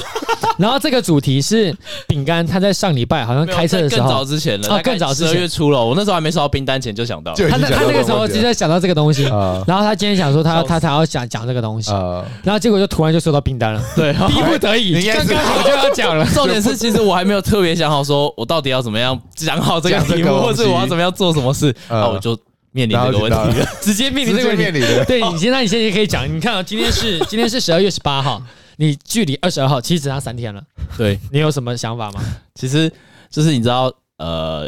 [SPEAKER 3] 然后这个主题是饼干，他在上礼拜好像
[SPEAKER 2] 没有
[SPEAKER 3] 开车的时
[SPEAKER 2] 更早
[SPEAKER 3] 候，
[SPEAKER 2] 之前了，
[SPEAKER 3] 哦更早之前
[SPEAKER 2] 十二月初了，我那时候还没收到冰单前就想到了，
[SPEAKER 1] 就已
[SPEAKER 3] 他
[SPEAKER 1] 经
[SPEAKER 3] 那
[SPEAKER 1] 想
[SPEAKER 3] 他
[SPEAKER 1] 到
[SPEAKER 3] 那个时
[SPEAKER 1] 这
[SPEAKER 3] 候
[SPEAKER 1] 问题
[SPEAKER 3] 直
[SPEAKER 1] 了
[SPEAKER 3] 接想到这个东西，
[SPEAKER 1] 啊
[SPEAKER 3] 然后他今天想说他
[SPEAKER 2] 笑死
[SPEAKER 3] 他才要想讲这个东西，
[SPEAKER 1] 啊，
[SPEAKER 3] 然后结果就突然就收到订单了，
[SPEAKER 2] 对。 然后
[SPEAKER 3] 逼不得已
[SPEAKER 1] 你，应该
[SPEAKER 3] 刚
[SPEAKER 1] 是
[SPEAKER 3] 刚好就要讲了。
[SPEAKER 2] 重点是，其实我还没有特别想好，说我到底要怎么样讲好这个
[SPEAKER 1] 讲这
[SPEAKER 2] 题
[SPEAKER 1] 个
[SPEAKER 2] 目，
[SPEAKER 1] 东
[SPEAKER 2] 或
[SPEAKER 1] 西
[SPEAKER 2] 者我要怎么样做什么事，
[SPEAKER 1] 嗯
[SPEAKER 2] 那我就面临这个问
[SPEAKER 1] 然后
[SPEAKER 2] 题
[SPEAKER 1] 就
[SPEAKER 2] 了。
[SPEAKER 3] 直接面 临
[SPEAKER 1] 直
[SPEAKER 3] 这个
[SPEAKER 1] 接
[SPEAKER 3] 问
[SPEAKER 1] 面
[SPEAKER 3] 题。
[SPEAKER 1] 临的。
[SPEAKER 3] 对你现在你现在也可以讲，你看啊，今天是今天是十二月十八号，你距离二十二号其实只差三天了，
[SPEAKER 2] 对，
[SPEAKER 3] 你有什么想法吗？
[SPEAKER 2] 其实就是你知道，呃，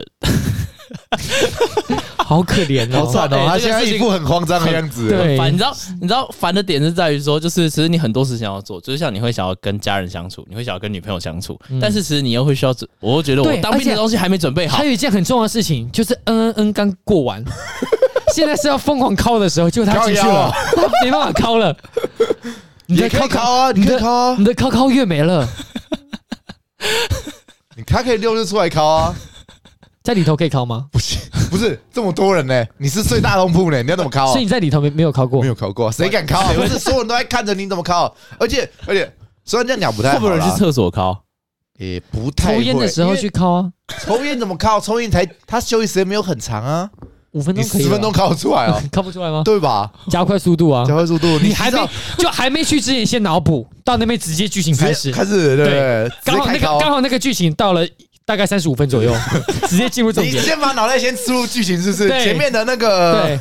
[SPEAKER 3] 好可怜
[SPEAKER 1] 好
[SPEAKER 3] 哦，
[SPEAKER 1] 惨哦，
[SPEAKER 2] 哎
[SPEAKER 1] 他
[SPEAKER 2] 这个
[SPEAKER 1] 现在
[SPEAKER 2] 事情
[SPEAKER 1] 一副很慌张的样子。
[SPEAKER 3] 对
[SPEAKER 2] 烦，你知道，你知道烦的点是在于说，就是其实你很多事情要做，就是像你会想要跟家人相处，你会想要跟女朋友相处，
[SPEAKER 3] 嗯
[SPEAKER 2] 但是其实你又会需要准，我又觉得
[SPEAKER 3] 对
[SPEAKER 2] 我当
[SPEAKER 3] 而
[SPEAKER 2] 兵
[SPEAKER 3] 且
[SPEAKER 2] 的东西还没准备好
[SPEAKER 3] 还，有一件很重要的事情，就是恩恩恩刚过 完，现在是要疯狂敲的时候，就他进去
[SPEAKER 1] 靠腰
[SPEAKER 3] 了
[SPEAKER 1] 啊，
[SPEAKER 3] 他没办法敲了。哦 你
[SPEAKER 1] 你
[SPEAKER 3] 的
[SPEAKER 1] 可
[SPEAKER 3] 敲
[SPEAKER 1] 以考啊，你可以考啊
[SPEAKER 3] 你，的敲敲月没了，
[SPEAKER 1] 你他可以六日出来考啊。
[SPEAKER 3] 在里头可以敲吗？
[SPEAKER 1] 不行，不是这么多人呢，你是睡大通铺呢，你要怎么考
[SPEAKER 3] 所以？你在里头没哦没有敲过
[SPEAKER 1] 没？有考过，啊谁敢考？不是所有人都在看着你怎么考，而且而且虽然这样讲不太
[SPEAKER 2] 哎会不
[SPEAKER 1] 好
[SPEAKER 2] 会有人去
[SPEAKER 1] 啦，
[SPEAKER 2] 厕所敲？
[SPEAKER 1] 也不太
[SPEAKER 3] 抽烟的
[SPEAKER 1] 会
[SPEAKER 3] 时候去，敲啊，
[SPEAKER 1] 因为抽烟怎么考？抽烟才他休息时间没有很长啊，
[SPEAKER 3] 五分
[SPEAKER 1] 你
[SPEAKER 3] 钟可以
[SPEAKER 1] 十
[SPEAKER 3] 吧
[SPEAKER 1] 分钟考得出来 哦，
[SPEAKER 3] 敲不出来吗？
[SPEAKER 1] 对吧？
[SPEAKER 3] 加快速度啊！
[SPEAKER 1] 加快速度，
[SPEAKER 3] 你还
[SPEAKER 1] 知道
[SPEAKER 3] 没就还没去之前先脑补，到那边直接剧情开
[SPEAKER 1] 直
[SPEAKER 3] 始
[SPEAKER 1] 接，开始对不对？直
[SPEAKER 3] 刚
[SPEAKER 1] 接
[SPEAKER 3] 好那
[SPEAKER 1] 开哦
[SPEAKER 3] 个
[SPEAKER 1] 考
[SPEAKER 3] 刚好那个剧情到了大概三十五分 左右，直接进入重
[SPEAKER 1] 你
[SPEAKER 3] 点。
[SPEAKER 1] 先把脑袋先输入剧情，是不是？
[SPEAKER 3] 对
[SPEAKER 1] 前面的那个
[SPEAKER 3] 对，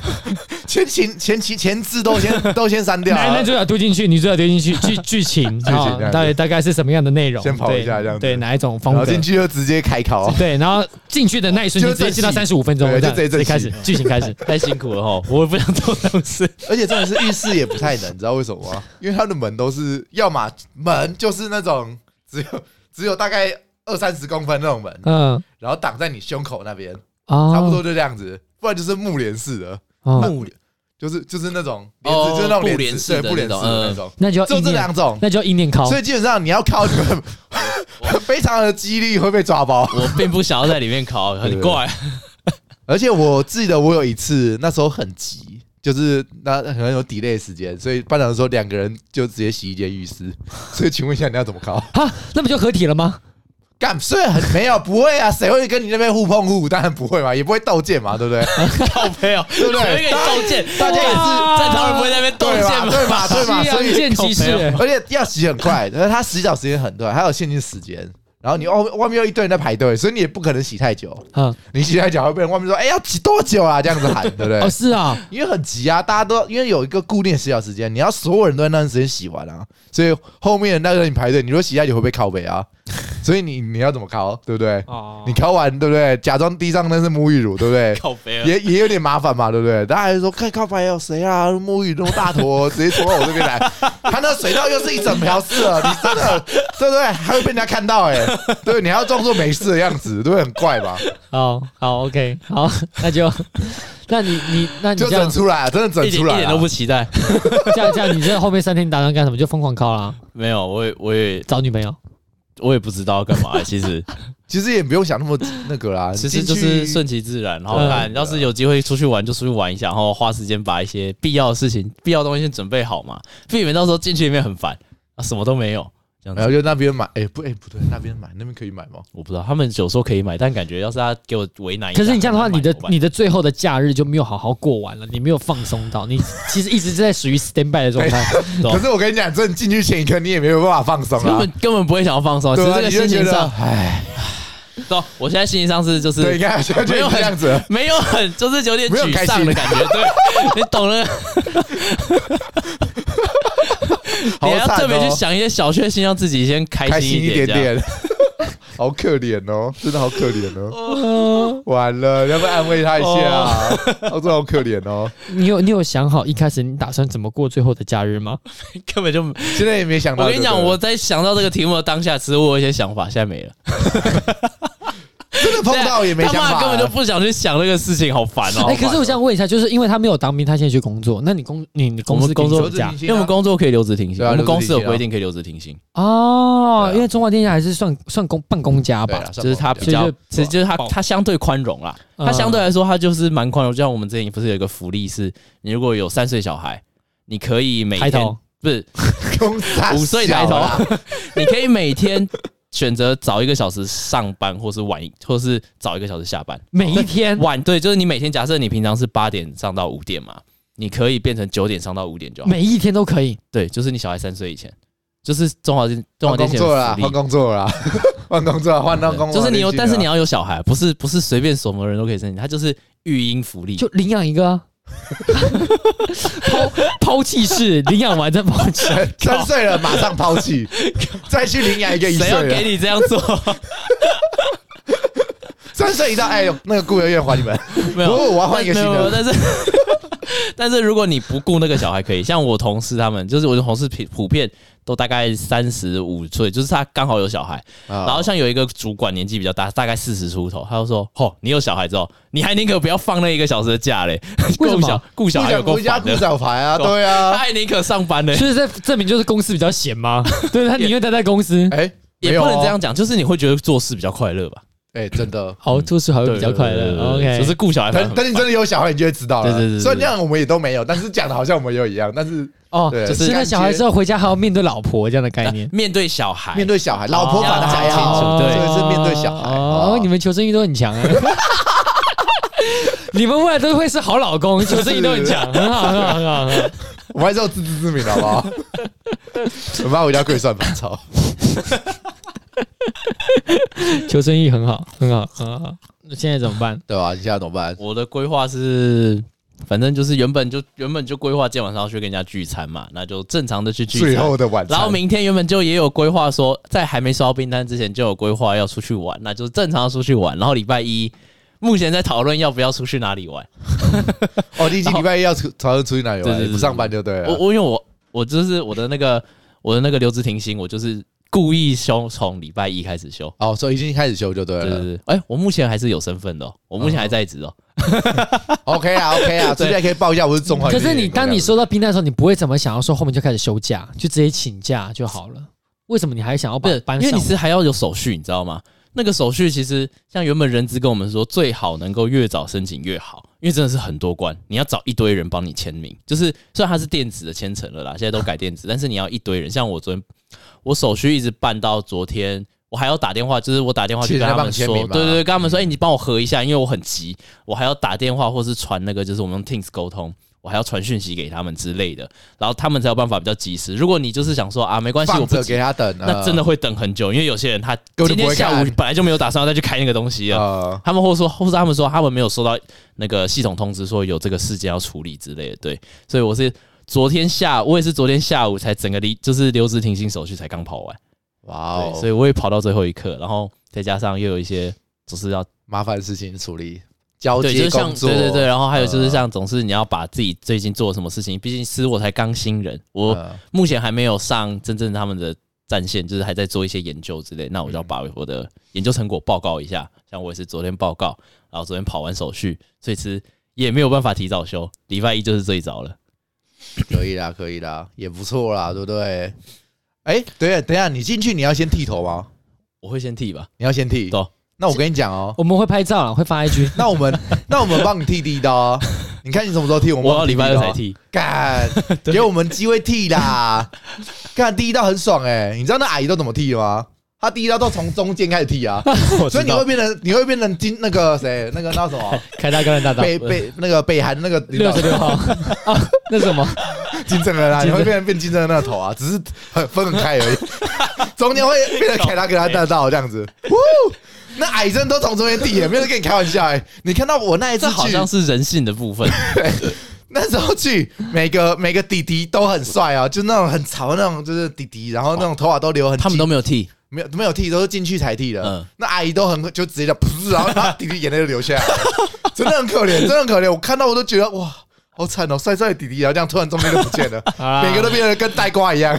[SPEAKER 1] 前情、前情、前置都先都先删掉啊，
[SPEAKER 3] 男男主角丢进去，女主角丢进去， 剧剧情
[SPEAKER 1] 情
[SPEAKER 3] 啊
[SPEAKER 1] 这样，子
[SPEAKER 3] 大概大概是什么样的内容？
[SPEAKER 1] 先跑一下
[SPEAKER 3] 对
[SPEAKER 1] 这样子
[SPEAKER 3] 对哪一种
[SPEAKER 1] 然
[SPEAKER 3] 风
[SPEAKER 1] 后
[SPEAKER 3] 格
[SPEAKER 1] 进？去就直接开哦考。
[SPEAKER 3] 对，然后进去的那一瞬间
[SPEAKER 1] 就是
[SPEAKER 3] 直接
[SPEAKER 1] 正
[SPEAKER 3] 进到
[SPEAKER 1] 戏
[SPEAKER 3] 三十五分钟，
[SPEAKER 1] 对
[SPEAKER 3] 这样
[SPEAKER 1] 就
[SPEAKER 3] 直
[SPEAKER 1] 直接
[SPEAKER 3] 接开
[SPEAKER 1] 正戏
[SPEAKER 3] 始剧情开始。
[SPEAKER 2] 太辛苦了吼，我也不想做那种事。
[SPEAKER 1] 而且真的是浴室也不太能，你知道为什么吗？因为它的门都是，要么门就是那种只有只有大概二三十公分那种门，
[SPEAKER 3] 嗯
[SPEAKER 1] 然后挡在你胸口那边，
[SPEAKER 3] 啊，
[SPEAKER 1] 差不多就这样子，不然就是木帘式的。
[SPEAKER 3] 哦
[SPEAKER 1] 木帘就是就是那种帘
[SPEAKER 2] 哦
[SPEAKER 1] 子，就是那种
[SPEAKER 2] 布
[SPEAKER 1] 帘
[SPEAKER 2] 帘
[SPEAKER 1] 子，对，
[SPEAKER 2] 式的
[SPEAKER 1] 布帘式
[SPEAKER 2] 那种
[SPEAKER 1] 的那
[SPEAKER 2] 嗯
[SPEAKER 1] 种，
[SPEAKER 3] 那就要
[SPEAKER 1] 只有
[SPEAKER 3] 硬
[SPEAKER 1] 这
[SPEAKER 3] 念
[SPEAKER 1] 两，种，
[SPEAKER 3] 那就要硬念考。
[SPEAKER 1] 所以基本上你要靠这
[SPEAKER 2] 哦
[SPEAKER 1] 个 非常的激励会被抓包。
[SPEAKER 2] 我并不想要在里面考，很怪。
[SPEAKER 1] 而且我记得我有一次那时候很急，就是那可能有 delay 时间，所以班长说两个人就直接洗一间浴室。所以请问一下你要怎么考？
[SPEAKER 3] 哈，那不就合体了吗？
[SPEAKER 1] 干，虽然很没有不会啊，谁会跟你那边互碰互？当然不会嘛，也不会斗剑嘛，对不对？
[SPEAKER 2] 靠朋友，
[SPEAKER 1] 对不对
[SPEAKER 2] 谁会跟你斗剑，
[SPEAKER 1] 大家也是
[SPEAKER 2] 在台湾不会在那边斗
[SPEAKER 1] 对
[SPEAKER 2] 剑
[SPEAKER 1] 嘛，
[SPEAKER 2] 吗？
[SPEAKER 1] 对嘛，对嘛，所
[SPEAKER 3] 啊一
[SPEAKER 1] 以
[SPEAKER 3] 见即
[SPEAKER 2] 靠
[SPEAKER 3] 逝
[SPEAKER 2] 背
[SPEAKER 3] 欸。
[SPEAKER 1] 而且要洗很 快，然后他洗澡时间很短，还有限定时间。然后你哦，外面又一堆人在排队，所以你也不可能洗太久。
[SPEAKER 3] 嗯，
[SPEAKER 1] 你洗太久会被人外面说：“哎、要洗多久啊？”这样子喊，对不对？
[SPEAKER 3] 哦，是啊，
[SPEAKER 1] 因为很急啊，大家都因为有一个固定的洗澡时间，你要所有人都在那段时间洗完啊，所以后面那个人你排队，你如果洗太久会被拷贝 啊，所以你你要怎么拷，对不对？
[SPEAKER 3] 哦
[SPEAKER 1] 你拷完对不对？假装地上那是沐浴乳，对不对？
[SPEAKER 2] 靠啊朋友，
[SPEAKER 1] 也也有点麻烦嘛，对不对？大家还说看靠白有谁啊？沐浴那么大 坨，直接冲到我这边来，他那水道又是一整瓢式 了，你真的对不对？还会被人家看到哎、对，你还要装作没事的样子，对不对？很怪 吧？
[SPEAKER 3] 好哦好，OK，好， 那就，那你你那你
[SPEAKER 1] 就
[SPEAKER 3] 这样
[SPEAKER 1] 整出来啊，真的
[SPEAKER 2] 一
[SPEAKER 1] 整
[SPEAKER 2] 点
[SPEAKER 1] 出
[SPEAKER 2] 一
[SPEAKER 1] 来
[SPEAKER 2] 点都
[SPEAKER 1] 啊。
[SPEAKER 2] 不期待。
[SPEAKER 3] 这样这样，你这后面三天打算干什么？就疯狂考啦，
[SPEAKER 2] 没有，我也我也
[SPEAKER 3] 找女朋友。
[SPEAKER 2] 我也不知道要干 嘛。其实
[SPEAKER 1] 其实也不用想那么那个啦，
[SPEAKER 2] 其实就
[SPEAKER 1] 进
[SPEAKER 2] 是
[SPEAKER 1] 去啊
[SPEAKER 2] 顺其自然，然后
[SPEAKER 3] 嗯
[SPEAKER 2] 看，要是有机会出去玩就出去玩一下，然后花时间把一些必要的事情、必要的东西先准备好嘛，避免到时候进去里面很烦啊，什么都没有这样
[SPEAKER 1] 然后
[SPEAKER 2] 子。
[SPEAKER 1] 就那边买，哎、不，哎、不对，那边买，那边可以买吗？
[SPEAKER 2] 我不知道他们有说可以买，但感觉要是他给我为难一下，
[SPEAKER 3] 可是你这样的话，
[SPEAKER 2] 很难
[SPEAKER 3] 你的
[SPEAKER 2] 买怎么办
[SPEAKER 3] 你的最后的假日就没有好好过完了，你没有放松到，你 其实一直在属于 stand by 的状态。
[SPEAKER 2] 懂
[SPEAKER 1] 可是我跟你讲，真的进去前一刻，你也没有办法放松
[SPEAKER 2] 根
[SPEAKER 1] 啊
[SPEAKER 2] 本。根本不会想要放松，只
[SPEAKER 1] 对
[SPEAKER 2] 是
[SPEAKER 1] 啊，
[SPEAKER 2] 这个
[SPEAKER 1] 你就
[SPEAKER 2] 心
[SPEAKER 1] 觉
[SPEAKER 2] 情
[SPEAKER 1] 得
[SPEAKER 2] 上，
[SPEAKER 1] 哎，
[SPEAKER 2] 懂？啊我现在心情上是就
[SPEAKER 1] 对，你
[SPEAKER 2] 是
[SPEAKER 1] 看，现在就
[SPEAKER 2] 没有
[SPEAKER 1] 这
[SPEAKER 2] 很
[SPEAKER 1] 样子，
[SPEAKER 2] 没有很就是有点
[SPEAKER 1] 没有很
[SPEAKER 2] 沮
[SPEAKER 1] 开
[SPEAKER 2] 丧
[SPEAKER 1] 心
[SPEAKER 2] 的感觉，对， 你懂了。
[SPEAKER 1] 好
[SPEAKER 2] 你要
[SPEAKER 1] 惨
[SPEAKER 2] 特别去
[SPEAKER 1] 哦，
[SPEAKER 2] 想一些小确幸，让自己先开
[SPEAKER 1] 开
[SPEAKER 2] 心
[SPEAKER 1] 心一点
[SPEAKER 2] 点这样。
[SPEAKER 1] 点， 好可怜哦，真的好可怜哦。 完了，要不要安慰他一下啊？ 我真的好可怜哦，
[SPEAKER 3] 你有你有想好一开始你打算怎么过最后的假日吗？
[SPEAKER 2] 根本就，
[SPEAKER 1] 现在也没想到。
[SPEAKER 2] 我跟你讲，
[SPEAKER 1] 对不对
[SPEAKER 2] 我在想到这个题目的当下，其实我有一些想法，现在没了。
[SPEAKER 1] 真的碰到也没想
[SPEAKER 2] 他
[SPEAKER 1] 法，啊
[SPEAKER 2] 妈根本就不想去想这个事情，好烦哦。
[SPEAKER 3] 哎、可是我想问一下，就是因为他没有当兵，他现在去工作，那你公你你公
[SPEAKER 2] 我
[SPEAKER 3] 司
[SPEAKER 2] 们工作
[SPEAKER 3] 给你什么假
[SPEAKER 1] 就
[SPEAKER 2] 因为我们工作可以留职停薪，
[SPEAKER 1] 对啊
[SPEAKER 2] 我们
[SPEAKER 1] 留职
[SPEAKER 2] 公司有
[SPEAKER 1] 停薪啊
[SPEAKER 2] 规定可以留职停薪，
[SPEAKER 3] 哦
[SPEAKER 1] 对，啊
[SPEAKER 3] 因为中华电信还是算算公办公家
[SPEAKER 1] 对
[SPEAKER 3] 吧
[SPEAKER 1] 啦，
[SPEAKER 2] 啊就是他比较
[SPEAKER 3] 所以就，
[SPEAKER 2] 其实就是他
[SPEAKER 3] 爆
[SPEAKER 2] 他相对宽容啦，
[SPEAKER 3] 嗯
[SPEAKER 2] 他相对来说他就是蛮宽容。就像我们之前不是有一个福利是，你如果有三岁小孩，你可以每
[SPEAKER 3] 抬头
[SPEAKER 2] 天不是
[SPEAKER 1] 公司啊
[SPEAKER 2] 五岁抬
[SPEAKER 1] 小
[SPEAKER 2] 头
[SPEAKER 1] 啦，
[SPEAKER 2] 你可以每天选择早一个小时上班，或是晚一，或是早一个小时下班。
[SPEAKER 3] 每一天
[SPEAKER 2] 晚对，就是你每天假设你平常是八点上到五点嘛，你可以变成九点上到五点就好。
[SPEAKER 3] 每一天都可以，
[SPEAKER 2] 对，就是你小孩三岁以前，就是中华电中
[SPEAKER 1] 换
[SPEAKER 2] 华
[SPEAKER 1] 工
[SPEAKER 2] 电信
[SPEAKER 1] 作了
[SPEAKER 2] 的
[SPEAKER 1] 啦，
[SPEAKER 2] 福利
[SPEAKER 1] 换。工作了啦， 换工作了，换到工
[SPEAKER 2] 对
[SPEAKER 1] 作了，
[SPEAKER 2] 就是你有，
[SPEAKER 1] 进去了
[SPEAKER 2] 但是你要有小孩，不是不是随便什么人都可以申请，它就是育婴福利。
[SPEAKER 3] 就领养一个、啊。抛抛弃式领养完再抛弃，
[SPEAKER 1] 三岁了马上抛 弃，再去领养一个一
[SPEAKER 2] 谁要
[SPEAKER 1] 岁
[SPEAKER 2] 给
[SPEAKER 1] 的，
[SPEAKER 2] 你这样做？
[SPEAKER 1] 三岁以上，哎呦，那个孤儿院还你们，
[SPEAKER 2] 没
[SPEAKER 1] 不
[SPEAKER 2] 有，
[SPEAKER 1] 过我要换一个
[SPEAKER 2] 但
[SPEAKER 1] 新的
[SPEAKER 2] 没有但是但是如果你不顾那个小孩，可以像我同事他们，就是我的同事普普遍都大概三十五岁，就是他刚好有小孩。然
[SPEAKER 1] 然
[SPEAKER 2] 后像有一个主管年纪比较大，大概四十出头，他就说：“吼、你有小孩之后，你还宁可不要放那一个小时的 假嘞，
[SPEAKER 3] 为什
[SPEAKER 2] 顾
[SPEAKER 3] 么
[SPEAKER 2] 小顾小孩有够
[SPEAKER 1] 回家
[SPEAKER 2] 烦
[SPEAKER 1] 顾
[SPEAKER 2] 的，
[SPEAKER 1] 小牌 啊，
[SPEAKER 2] 够
[SPEAKER 1] 对
[SPEAKER 2] 他
[SPEAKER 1] 啊，
[SPEAKER 2] 还宁可上班呢。”
[SPEAKER 3] 所以这证明就是公司比较闲吗？ 对他宁愿待在公 司，
[SPEAKER 1] 哎，没
[SPEAKER 2] 也
[SPEAKER 1] 有
[SPEAKER 2] 不
[SPEAKER 1] 哦
[SPEAKER 2] 能这样，讲，就是你会觉得做事比较快乐吧？
[SPEAKER 1] 哎，真 的。
[SPEAKER 3] 好做事还会
[SPEAKER 2] 对
[SPEAKER 3] 比较
[SPEAKER 1] 啊
[SPEAKER 3] 快乐。
[SPEAKER 2] 对对对
[SPEAKER 3] OK，
[SPEAKER 2] 就是顾小孩反而
[SPEAKER 1] 等
[SPEAKER 2] 很
[SPEAKER 1] 等，你真的有小孩，你就会知道了。
[SPEAKER 2] 对对对对
[SPEAKER 1] 虽然这样我们也都没有，但是讲的好像我们有一样。但是
[SPEAKER 3] 哦，
[SPEAKER 1] 对
[SPEAKER 3] 就是那小孩之后回家还要面对老婆这样的概念。
[SPEAKER 2] 面对小孩，
[SPEAKER 1] 面对小孩，老婆反而还
[SPEAKER 2] 哦
[SPEAKER 1] 好，
[SPEAKER 2] 哎要讲
[SPEAKER 1] 所
[SPEAKER 2] 清
[SPEAKER 1] 以是面对小孩。好不
[SPEAKER 3] 哦
[SPEAKER 1] 好，
[SPEAKER 3] 你们求生欲都很强 啊！你们未来都会是好老公，求生欲都很强，很好，很好，很好，很好。
[SPEAKER 1] 我们还是有自知之明，好不 好？我妈回家跪算盘操。
[SPEAKER 3] 求生欲很好，很好，很好。那现在怎么办？
[SPEAKER 2] 啊
[SPEAKER 1] 对吧？你现在怎么办？
[SPEAKER 2] 我的规划是，反正就是原本就原本就规划今天晚上要去跟人家聚餐嘛，那就正常的去聚餐。
[SPEAKER 1] 最后的晚餐，
[SPEAKER 2] 然后明天原本就也有规划说，在还没收到订单之前就有规划要出去玩，那就是正常地出去玩。然后礼拜一，目前在讨论要不要出去哪里玩。
[SPEAKER 1] 哦，你已经礼拜一要出，早上出去哪里
[SPEAKER 2] 对对
[SPEAKER 1] 玩？
[SPEAKER 2] 对
[SPEAKER 1] 不上班就对啊
[SPEAKER 2] 我
[SPEAKER 1] 了。
[SPEAKER 2] 我因为我我就是我的那个我的那个留职停薪，我就是故意休从礼拜一开始休。
[SPEAKER 1] 哦，所以已经开始休就对嗯
[SPEAKER 2] 对对
[SPEAKER 1] 了。
[SPEAKER 2] 对，哎、我目前还是有身份的哦、我目前还在职哦、
[SPEAKER 1] OK 啊，OK 啊，这边可以报一下我是中华。
[SPEAKER 3] 可是你当你收到冰单的时候，你不会怎么想要说后面就开始休假，就直接请假就好了。为什么你还想要
[SPEAKER 2] 不
[SPEAKER 3] 把
[SPEAKER 2] 是
[SPEAKER 3] 班，
[SPEAKER 2] 因为
[SPEAKER 3] 上
[SPEAKER 2] 你是还要有手续，你知道吗？那个手续其实像原本人资跟我们说，最好能够越早申请越好，因为真的是很多关，你要找一堆人帮你签名。就是虽然它是电子的签呈了啦，现在都改电 子，但是你要一堆人。像我昨天，我手续一直办到昨天，我还要打电话，就是我打电话去
[SPEAKER 1] 请
[SPEAKER 2] 跟
[SPEAKER 1] 人家
[SPEAKER 2] 他
[SPEAKER 1] 帮你
[SPEAKER 2] 们
[SPEAKER 1] 签
[SPEAKER 2] 说，
[SPEAKER 1] 名
[SPEAKER 2] 对
[SPEAKER 1] 嘛嗯
[SPEAKER 2] 对对，跟他们说，哎、你帮我核一下，因为我很急，我还要打电话或是传那个，就是我们用 Teams 沟通。我还要传讯息给他们之类的，然后他们才有办法比较及时。如果你就是想说啊，没关系，我
[SPEAKER 1] 放
[SPEAKER 2] 不
[SPEAKER 1] 着
[SPEAKER 2] 急
[SPEAKER 1] 给他等，嗯
[SPEAKER 2] 那真的会等很久，因为有些人他
[SPEAKER 1] 根本就
[SPEAKER 2] 今
[SPEAKER 1] 不
[SPEAKER 2] 天
[SPEAKER 1] 会
[SPEAKER 2] 下午
[SPEAKER 1] 看
[SPEAKER 2] 本来就没有打算要再去开那个东西了。
[SPEAKER 1] 呃，
[SPEAKER 2] 他们或说，或是他们说他们没有收到那个系统通知，说有这个事件要处理之类的。对，所以我是昨天下，我也是昨天下午才整个离，就是留职停薪手续才刚跑完，
[SPEAKER 1] 哇
[SPEAKER 2] 对，
[SPEAKER 1] 哦，
[SPEAKER 2] 所以我也跑到最后一刻，然后再加上又有一些就是要
[SPEAKER 1] 麻烦事情处理，交
[SPEAKER 2] 对，就
[SPEAKER 1] 接
[SPEAKER 2] 是
[SPEAKER 1] 工
[SPEAKER 2] 像
[SPEAKER 1] 作，
[SPEAKER 2] 对对对，然后还有就是
[SPEAKER 1] 哦呃
[SPEAKER 2] 像总是你要把自己最近做了什么事情，毕竟其实我才刚新人，我
[SPEAKER 1] 呃
[SPEAKER 2] 目前还没有上真正他们的战线，就是还在做一些研究之类。那我
[SPEAKER 1] 嗯
[SPEAKER 2] 就要把我的研究成果报告一下，像我也是昨天报告，然后昨天跑完手续，所以其实也没有办法提早休，礼拜一就是最早了。
[SPEAKER 1] 可以啦，可以啦，也不错啦，对不对？哎，对，等一下你进去你要先剃头吗？
[SPEAKER 2] 我会先剃吧，
[SPEAKER 1] 你要先剃
[SPEAKER 2] 懂，
[SPEAKER 1] 那我跟你讲哦，
[SPEAKER 3] 我们会拍照了，会发 IG。
[SPEAKER 1] 那我们 那我们帮你剃第一刀啊，你看你什么时候剃，我们
[SPEAKER 2] 我
[SPEAKER 1] 帮
[SPEAKER 2] 要
[SPEAKER 1] 你
[SPEAKER 2] 礼拜
[SPEAKER 1] 第
[SPEAKER 2] 二
[SPEAKER 1] 一刀啊
[SPEAKER 2] 才。剃。
[SPEAKER 1] 干， 给我们机会剃啦！干第一刀很爽哎、你知道那阿姨都怎么剃的吗？她第一刀都从中间开始剃啊，所以你会变成你会变成金那个谁那个那什 么
[SPEAKER 3] 开大哥的大 道
[SPEAKER 1] 北北那个北韩那个领
[SPEAKER 3] 六
[SPEAKER 1] 导
[SPEAKER 3] 十六号啊，那什 么
[SPEAKER 1] 金正恩啊，你
[SPEAKER 3] 金正
[SPEAKER 1] 会变成变金正恩那个头啊，只是很分很开 而已，中间会变成凯拉格拉大道这样子。呜，那矮真都从中间剃耶，没有人跟你开玩笑哎、你看到我那一次
[SPEAKER 2] 这好
[SPEAKER 1] 去
[SPEAKER 2] 像是人性的部 分，
[SPEAKER 1] 那时候去，每个每个弟弟都很帅啊，就那种很潮的那种，就是弟弟，然后那种头发都留很紧，
[SPEAKER 2] 他们都没有剃，
[SPEAKER 1] 没有没有剃，都是进去才剃的。
[SPEAKER 2] 嗯
[SPEAKER 1] 那阿姨都很就直接就噗， 然后他弟弟眼泪就流下来了，真的很可怜，真的很可怜。我看到我都觉得哇，好惨哦，帅帅的弟弟，然后这样突然中间就不见 了，
[SPEAKER 3] 啊
[SPEAKER 1] 每个都变得跟呆瓜一样。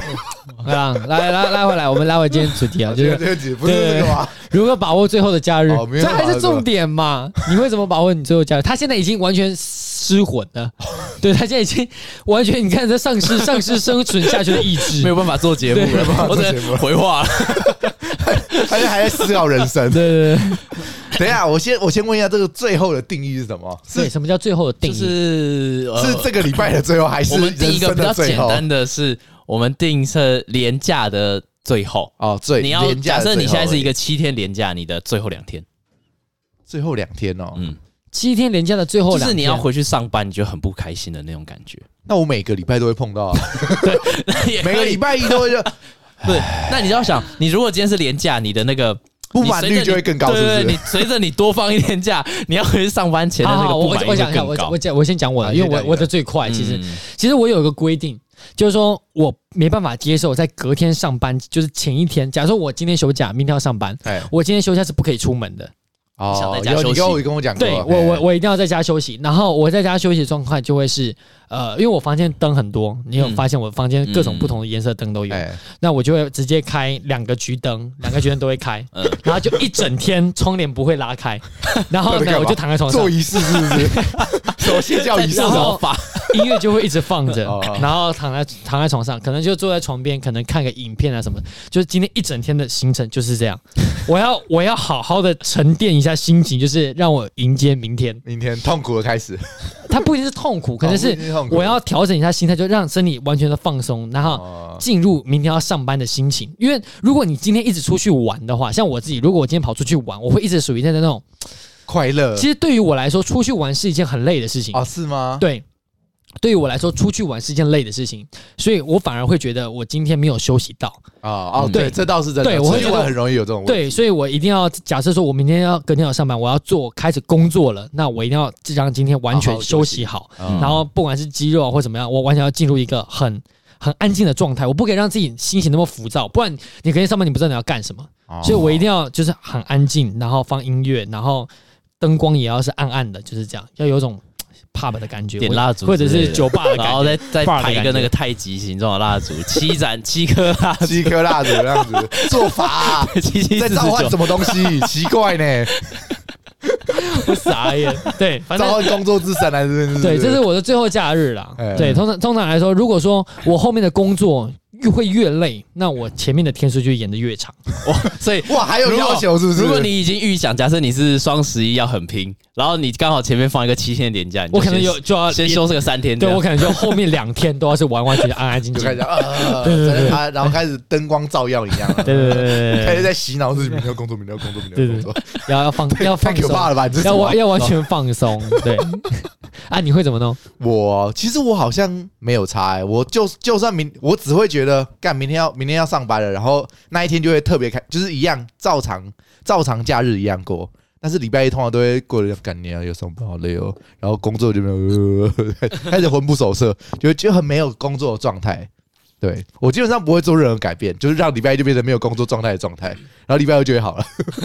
[SPEAKER 3] 啊？来来拉回来，我们拉回今天主 题啊，就
[SPEAKER 1] 这个
[SPEAKER 3] 是
[SPEAKER 1] 这个集不是这个吧？
[SPEAKER 3] 如何把握最后的假日
[SPEAKER 1] 哦没，有
[SPEAKER 3] 这
[SPEAKER 1] 把握
[SPEAKER 3] 还是重点嘛？你会怎么把握你最后假日？他现在已经完全失魂 了，对他现在已经完全，你看他丧失丧失生存下去的意志
[SPEAKER 2] 没。有办法 做节目
[SPEAKER 3] 对没有
[SPEAKER 1] 办法
[SPEAKER 2] 了，我
[SPEAKER 1] 做
[SPEAKER 2] 只
[SPEAKER 1] 节目
[SPEAKER 2] 能回 话了。
[SPEAKER 1] 而且还在思考人生。
[SPEAKER 3] 对对对
[SPEAKER 1] 等一下，我先我先问一下，这个最后的定义是什么？是
[SPEAKER 3] 对，什么叫最后的定
[SPEAKER 2] 就
[SPEAKER 3] 义？
[SPEAKER 2] 是呃
[SPEAKER 1] 是这个礼拜的最后，还是
[SPEAKER 2] 我们定
[SPEAKER 1] 人
[SPEAKER 2] 一个
[SPEAKER 1] 生
[SPEAKER 2] 比
[SPEAKER 1] 的
[SPEAKER 2] 较
[SPEAKER 1] 最
[SPEAKER 2] 简
[SPEAKER 1] 后？
[SPEAKER 2] 单的是，我们定是廉价的最后。
[SPEAKER 1] 哦，最
[SPEAKER 2] 你要
[SPEAKER 1] 廉价
[SPEAKER 2] 假
[SPEAKER 1] 的
[SPEAKER 2] 设
[SPEAKER 1] 最
[SPEAKER 2] 你
[SPEAKER 1] 后
[SPEAKER 2] 现在是
[SPEAKER 1] 而已
[SPEAKER 2] 一个七天连假，你的最后两天，
[SPEAKER 1] 最后两天哦，
[SPEAKER 2] 嗯，
[SPEAKER 3] 七天连假的最后
[SPEAKER 2] 就
[SPEAKER 3] 两天，
[SPEAKER 2] 是你要回去上班，你觉得很不开心的那种感觉。
[SPEAKER 1] 那我每个礼拜都会碰到、啊，
[SPEAKER 2] 也可
[SPEAKER 1] 每
[SPEAKER 2] 以
[SPEAKER 1] 个礼拜一都 会就
[SPEAKER 2] 不是，那你就要想，你如果今天是连假，你的那个
[SPEAKER 1] 不满率就会更高，是
[SPEAKER 2] 对对
[SPEAKER 1] 不
[SPEAKER 2] 对，
[SPEAKER 1] 是
[SPEAKER 2] 你？随着你多放一天假， 你要回去上班前的
[SPEAKER 3] 好好，
[SPEAKER 2] 那个
[SPEAKER 3] 我
[SPEAKER 2] 不
[SPEAKER 3] 我
[SPEAKER 2] 满
[SPEAKER 3] 啊我
[SPEAKER 2] 意
[SPEAKER 3] 讲
[SPEAKER 2] 会
[SPEAKER 3] 一下，
[SPEAKER 2] 更
[SPEAKER 3] 我
[SPEAKER 2] 高
[SPEAKER 3] 我。讲我先讲我
[SPEAKER 1] 啊
[SPEAKER 3] 的，
[SPEAKER 1] 你
[SPEAKER 3] 因
[SPEAKER 1] 先
[SPEAKER 3] 为
[SPEAKER 1] 讲
[SPEAKER 3] 我
[SPEAKER 1] 你
[SPEAKER 3] 我
[SPEAKER 1] 的
[SPEAKER 3] 的最快，其实
[SPEAKER 2] 嗯
[SPEAKER 3] 其实我有一个规定，就是说我没办法接受在隔天上班，就是前一天，假如说我今天休假，明天要上班，
[SPEAKER 1] 哎，
[SPEAKER 3] 我今天休假是不可以出门的。
[SPEAKER 2] 想
[SPEAKER 1] 哦
[SPEAKER 2] 在，
[SPEAKER 1] 有
[SPEAKER 2] 家
[SPEAKER 1] 你
[SPEAKER 2] 休息
[SPEAKER 1] 跟我跟我讲过，啊
[SPEAKER 3] 对我我我一定要在家休息，然后我在家休息的状况就会是，呃，因为我房间灯很多，你有
[SPEAKER 2] 嗯
[SPEAKER 3] 发现我房间各种
[SPEAKER 2] 嗯
[SPEAKER 3] 不同的颜色灯都有，
[SPEAKER 1] 哎，
[SPEAKER 3] 那我就会直接开两个橘灯，两个橘灯都会开，
[SPEAKER 2] 嗯
[SPEAKER 3] 然后就一整天窗帘不会 拉开，然后
[SPEAKER 1] 到底干
[SPEAKER 3] 呢
[SPEAKER 1] 嘛
[SPEAKER 3] 我就躺在床上
[SPEAKER 1] 做，仪式是不是？ 首先叫仪式
[SPEAKER 3] 然
[SPEAKER 2] 什
[SPEAKER 3] 后
[SPEAKER 2] 么法？
[SPEAKER 3] 音乐就会一直放着
[SPEAKER 1] 哦哦，
[SPEAKER 3] 然后躺在躺在床上，可能就坐在床边，可能看个影片啊什么。就是今天一整天的行程就是这样，我要我要好好的沉淀一下心情，就是让我迎接明天。
[SPEAKER 1] 明天痛苦的开始，
[SPEAKER 3] 它不一定是痛苦，可能
[SPEAKER 1] 哦
[SPEAKER 3] 是
[SPEAKER 1] 明天痛苦
[SPEAKER 3] 我要调整一下心态，就让身体完全的放松，然后
[SPEAKER 1] 哦
[SPEAKER 3] 进入明天要上班的心情。因为如果你今天一直出去玩的话，像我自己，如果我今天跑出去玩，我会一直属于在那种，
[SPEAKER 1] 快乐
[SPEAKER 3] 其实对于我来说，出去玩是一件很累的事情。
[SPEAKER 1] 呃哦，是吗？
[SPEAKER 3] 对，对于我来说，出去玩是一件累的事情，所以我反而会觉得我今天没有休息到。
[SPEAKER 1] 哦哦，
[SPEAKER 2] 嗯
[SPEAKER 1] 对，
[SPEAKER 3] 对
[SPEAKER 1] 这倒是真的，
[SPEAKER 3] 对我会
[SPEAKER 1] 出去
[SPEAKER 3] 觉得
[SPEAKER 1] 玩很容易有这种问题，
[SPEAKER 3] 对，所以我一定要假设说，我明天要隔天要上班，我要做开始工作了，那我一定要让今天完
[SPEAKER 1] 好
[SPEAKER 3] 全
[SPEAKER 1] 好休
[SPEAKER 3] 休
[SPEAKER 1] 息
[SPEAKER 3] 息好，
[SPEAKER 1] 嗯
[SPEAKER 3] 然后不管是肌肉啊或怎么样，我完全要进入一个很。很安静的状态，我不可以让自己心情那么浮躁，不然你隔天上班你不知道你要干什么，
[SPEAKER 1] 哦
[SPEAKER 3] 所以我一定要就是很安静，然后放音乐，然后灯光也要是暗暗的，就是这样，要有种 pub 的感觉，
[SPEAKER 2] 点
[SPEAKER 3] 我
[SPEAKER 2] 蜡烛
[SPEAKER 3] 或者
[SPEAKER 2] 之类
[SPEAKER 3] 是
[SPEAKER 2] 的
[SPEAKER 3] 酒吧的感觉，
[SPEAKER 2] 然后再再
[SPEAKER 3] 法的
[SPEAKER 2] 排一个
[SPEAKER 3] 感觉
[SPEAKER 2] 那个太极形状的蜡烛，七盏 七颗 蜡烛，
[SPEAKER 1] 七颗 蜡烛这样子做法啊，
[SPEAKER 2] 七七
[SPEAKER 1] 在
[SPEAKER 2] 四十
[SPEAKER 1] 召唤
[SPEAKER 2] 九
[SPEAKER 1] 什。么东西？奇怪呢。
[SPEAKER 3] 我傻眼。 对，反正
[SPEAKER 1] 召唤工作之神来这边，
[SPEAKER 3] 对，这是我的最后假日啦
[SPEAKER 1] 哎。
[SPEAKER 3] 对，通常通常来说，如果说我后面的工作越会越累，那我前面的天数就演的越长。
[SPEAKER 2] 哇，所以
[SPEAKER 1] 哇，还有
[SPEAKER 2] 如果
[SPEAKER 1] 要求是不是？
[SPEAKER 2] 如果你已经预想，假设你是双十一要很拼，然后你刚好前面放一个七天的年假，你就
[SPEAKER 3] 我可能
[SPEAKER 2] 先
[SPEAKER 3] 有就要
[SPEAKER 2] 先休这个三天这
[SPEAKER 3] 对
[SPEAKER 2] 样。
[SPEAKER 3] 我可能就后面两天都要是完完全全安安静
[SPEAKER 1] 就
[SPEAKER 3] 静。
[SPEAKER 1] 开
[SPEAKER 3] 对
[SPEAKER 1] 始啊，
[SPEAKER 3] 对对对
[SPEAKER 1] 他然后开始灯光照耀一样，啊
[SPEAKER 3] 对对对对
[SPEAKER 1] 开
[SPEAKER 3] 对
[SPEAKER 1] 始在洗脑自己明天要工作，明天要工作，明天要工作，
[SPEAKER 3] 对，要要放要
[SPEAKER 1] 太
[SPEAKER 3] 放
[SPEAKER 1] 可怕
[SPEAKER 3] 松，
[SPEAKER 1] 了吧？你这是
[SPEAKER 3] 要完
[SPEAKER 1] 什么
[SPEAKER 3] 要完全放松。对，啊，你会怎么弄？
[SPEAKER 1] 我其实我好像没有差、欸，我就就算明我只会觉得干明天要明天要上班了，然后那一天就会特别开，就是一样照常照常假日一样过。但是礼拜一通常都会过得干你啊，又上班好累哦，然后工作就没有、呃、 开始魂不守舍，就就很没有工作的状态。对我基本上不会做任何改变，就是让礼拜一就变成没有工作状态的状态，然后礼拜二就会好了。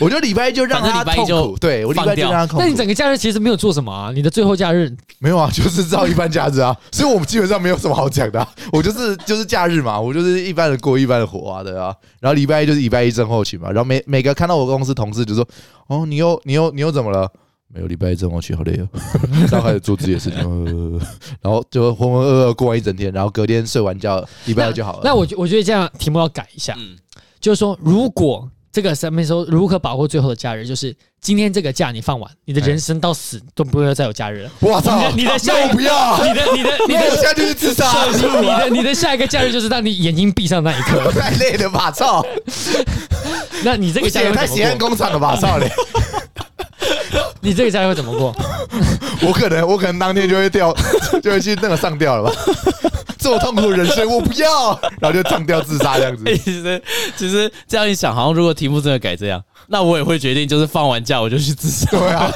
[SPEAKER 1] 我觉得礼拜一就让
[SPEAKER 2] 反正
[SPEAKER 1] 他
[SPEAKER 2] 礼拜一
[SPEAKER 1] 痛
[SPEAKER 2] 就
[SPEAKER 1] 苦，对我礼
[SPEAKER 2] 放
[SPEAKER 1] 拜一就
[SPEAKER 2] 掉
[SPEAKER 1] 让他痛苦。
[SPEAKER 3] 那你整个假日其实没有做什么啊？你的最后假日，
[SPEAKER 1] 没有啊， 就是照一般假日啊，所以我们基本上没有什么好讲的啊、 我就是就是假日嘛，我就是一般的过一般的活啊，对啊。然后礼拜一就是礼拜一症候群嘛，然后每每个看到我公司同事就说：“哦，你又你又你又怎么了？”没有礼拜一症候群，好累哦。 然后开始做自己的事情，呃然后就浑浑噩噩过完一整天，然后隔天睡完觉，礼拜二就好了。
[SPEAKER 3] 那我觉我觉得这样题目要改一下，
[SPEAKER 2] 嗯
[SPEAKER 3] 就是说，如果这个上面说如何把握最后的假日，就是今天这个假你放完，你的人生到死都不会再有假日了。
[SPEAKER 1] 我操，
[SPEAKER 3] 你的你的下一
[SPEAKER 1] 那
[SPEAKER 3] 个
[SPEAKER 1] 我不要啊，
[SPEAKER 3] 你 的你的你
[SPEAKER 1] 那我
[SPEAKER 3] 的
[SPEAKER 1] 现在就去自杀啊，
[SPEAKER 3] 你的你的下一个假日就是当你眼睛闭上那一刻，
[SPEAKER 1] 太累了吧，操！
[SPEAKER 3] 那你这
[SPEAKER 1] 不
[SPEAKER 3] 个假日
[SPEAKER 1] 行，
[SPEAKER 3] 会
[SPEAKER 1] 太血
[SPEAKER 3] 怎
[SPEAKER 1] 汗
[SPEAKER 3] 么过？
[SPEAKER 1] 工厂了吧，操你！
[SPEAKER 3] 你这个假日会怎么过？
[SPEAKER 1] 我可能我可能当天就会掉， 就会去那个上吊了 吧？这么痛苦的人生我不要，然后就上吊自杀这样子。
[SPEAKER 3] 哎
[SPEAKER 2] 欸其实其实这样一想，好像如果题目真的改这样，那我也会决定就是放完假我就去自杀。
[SPEAKER 1] 对啊，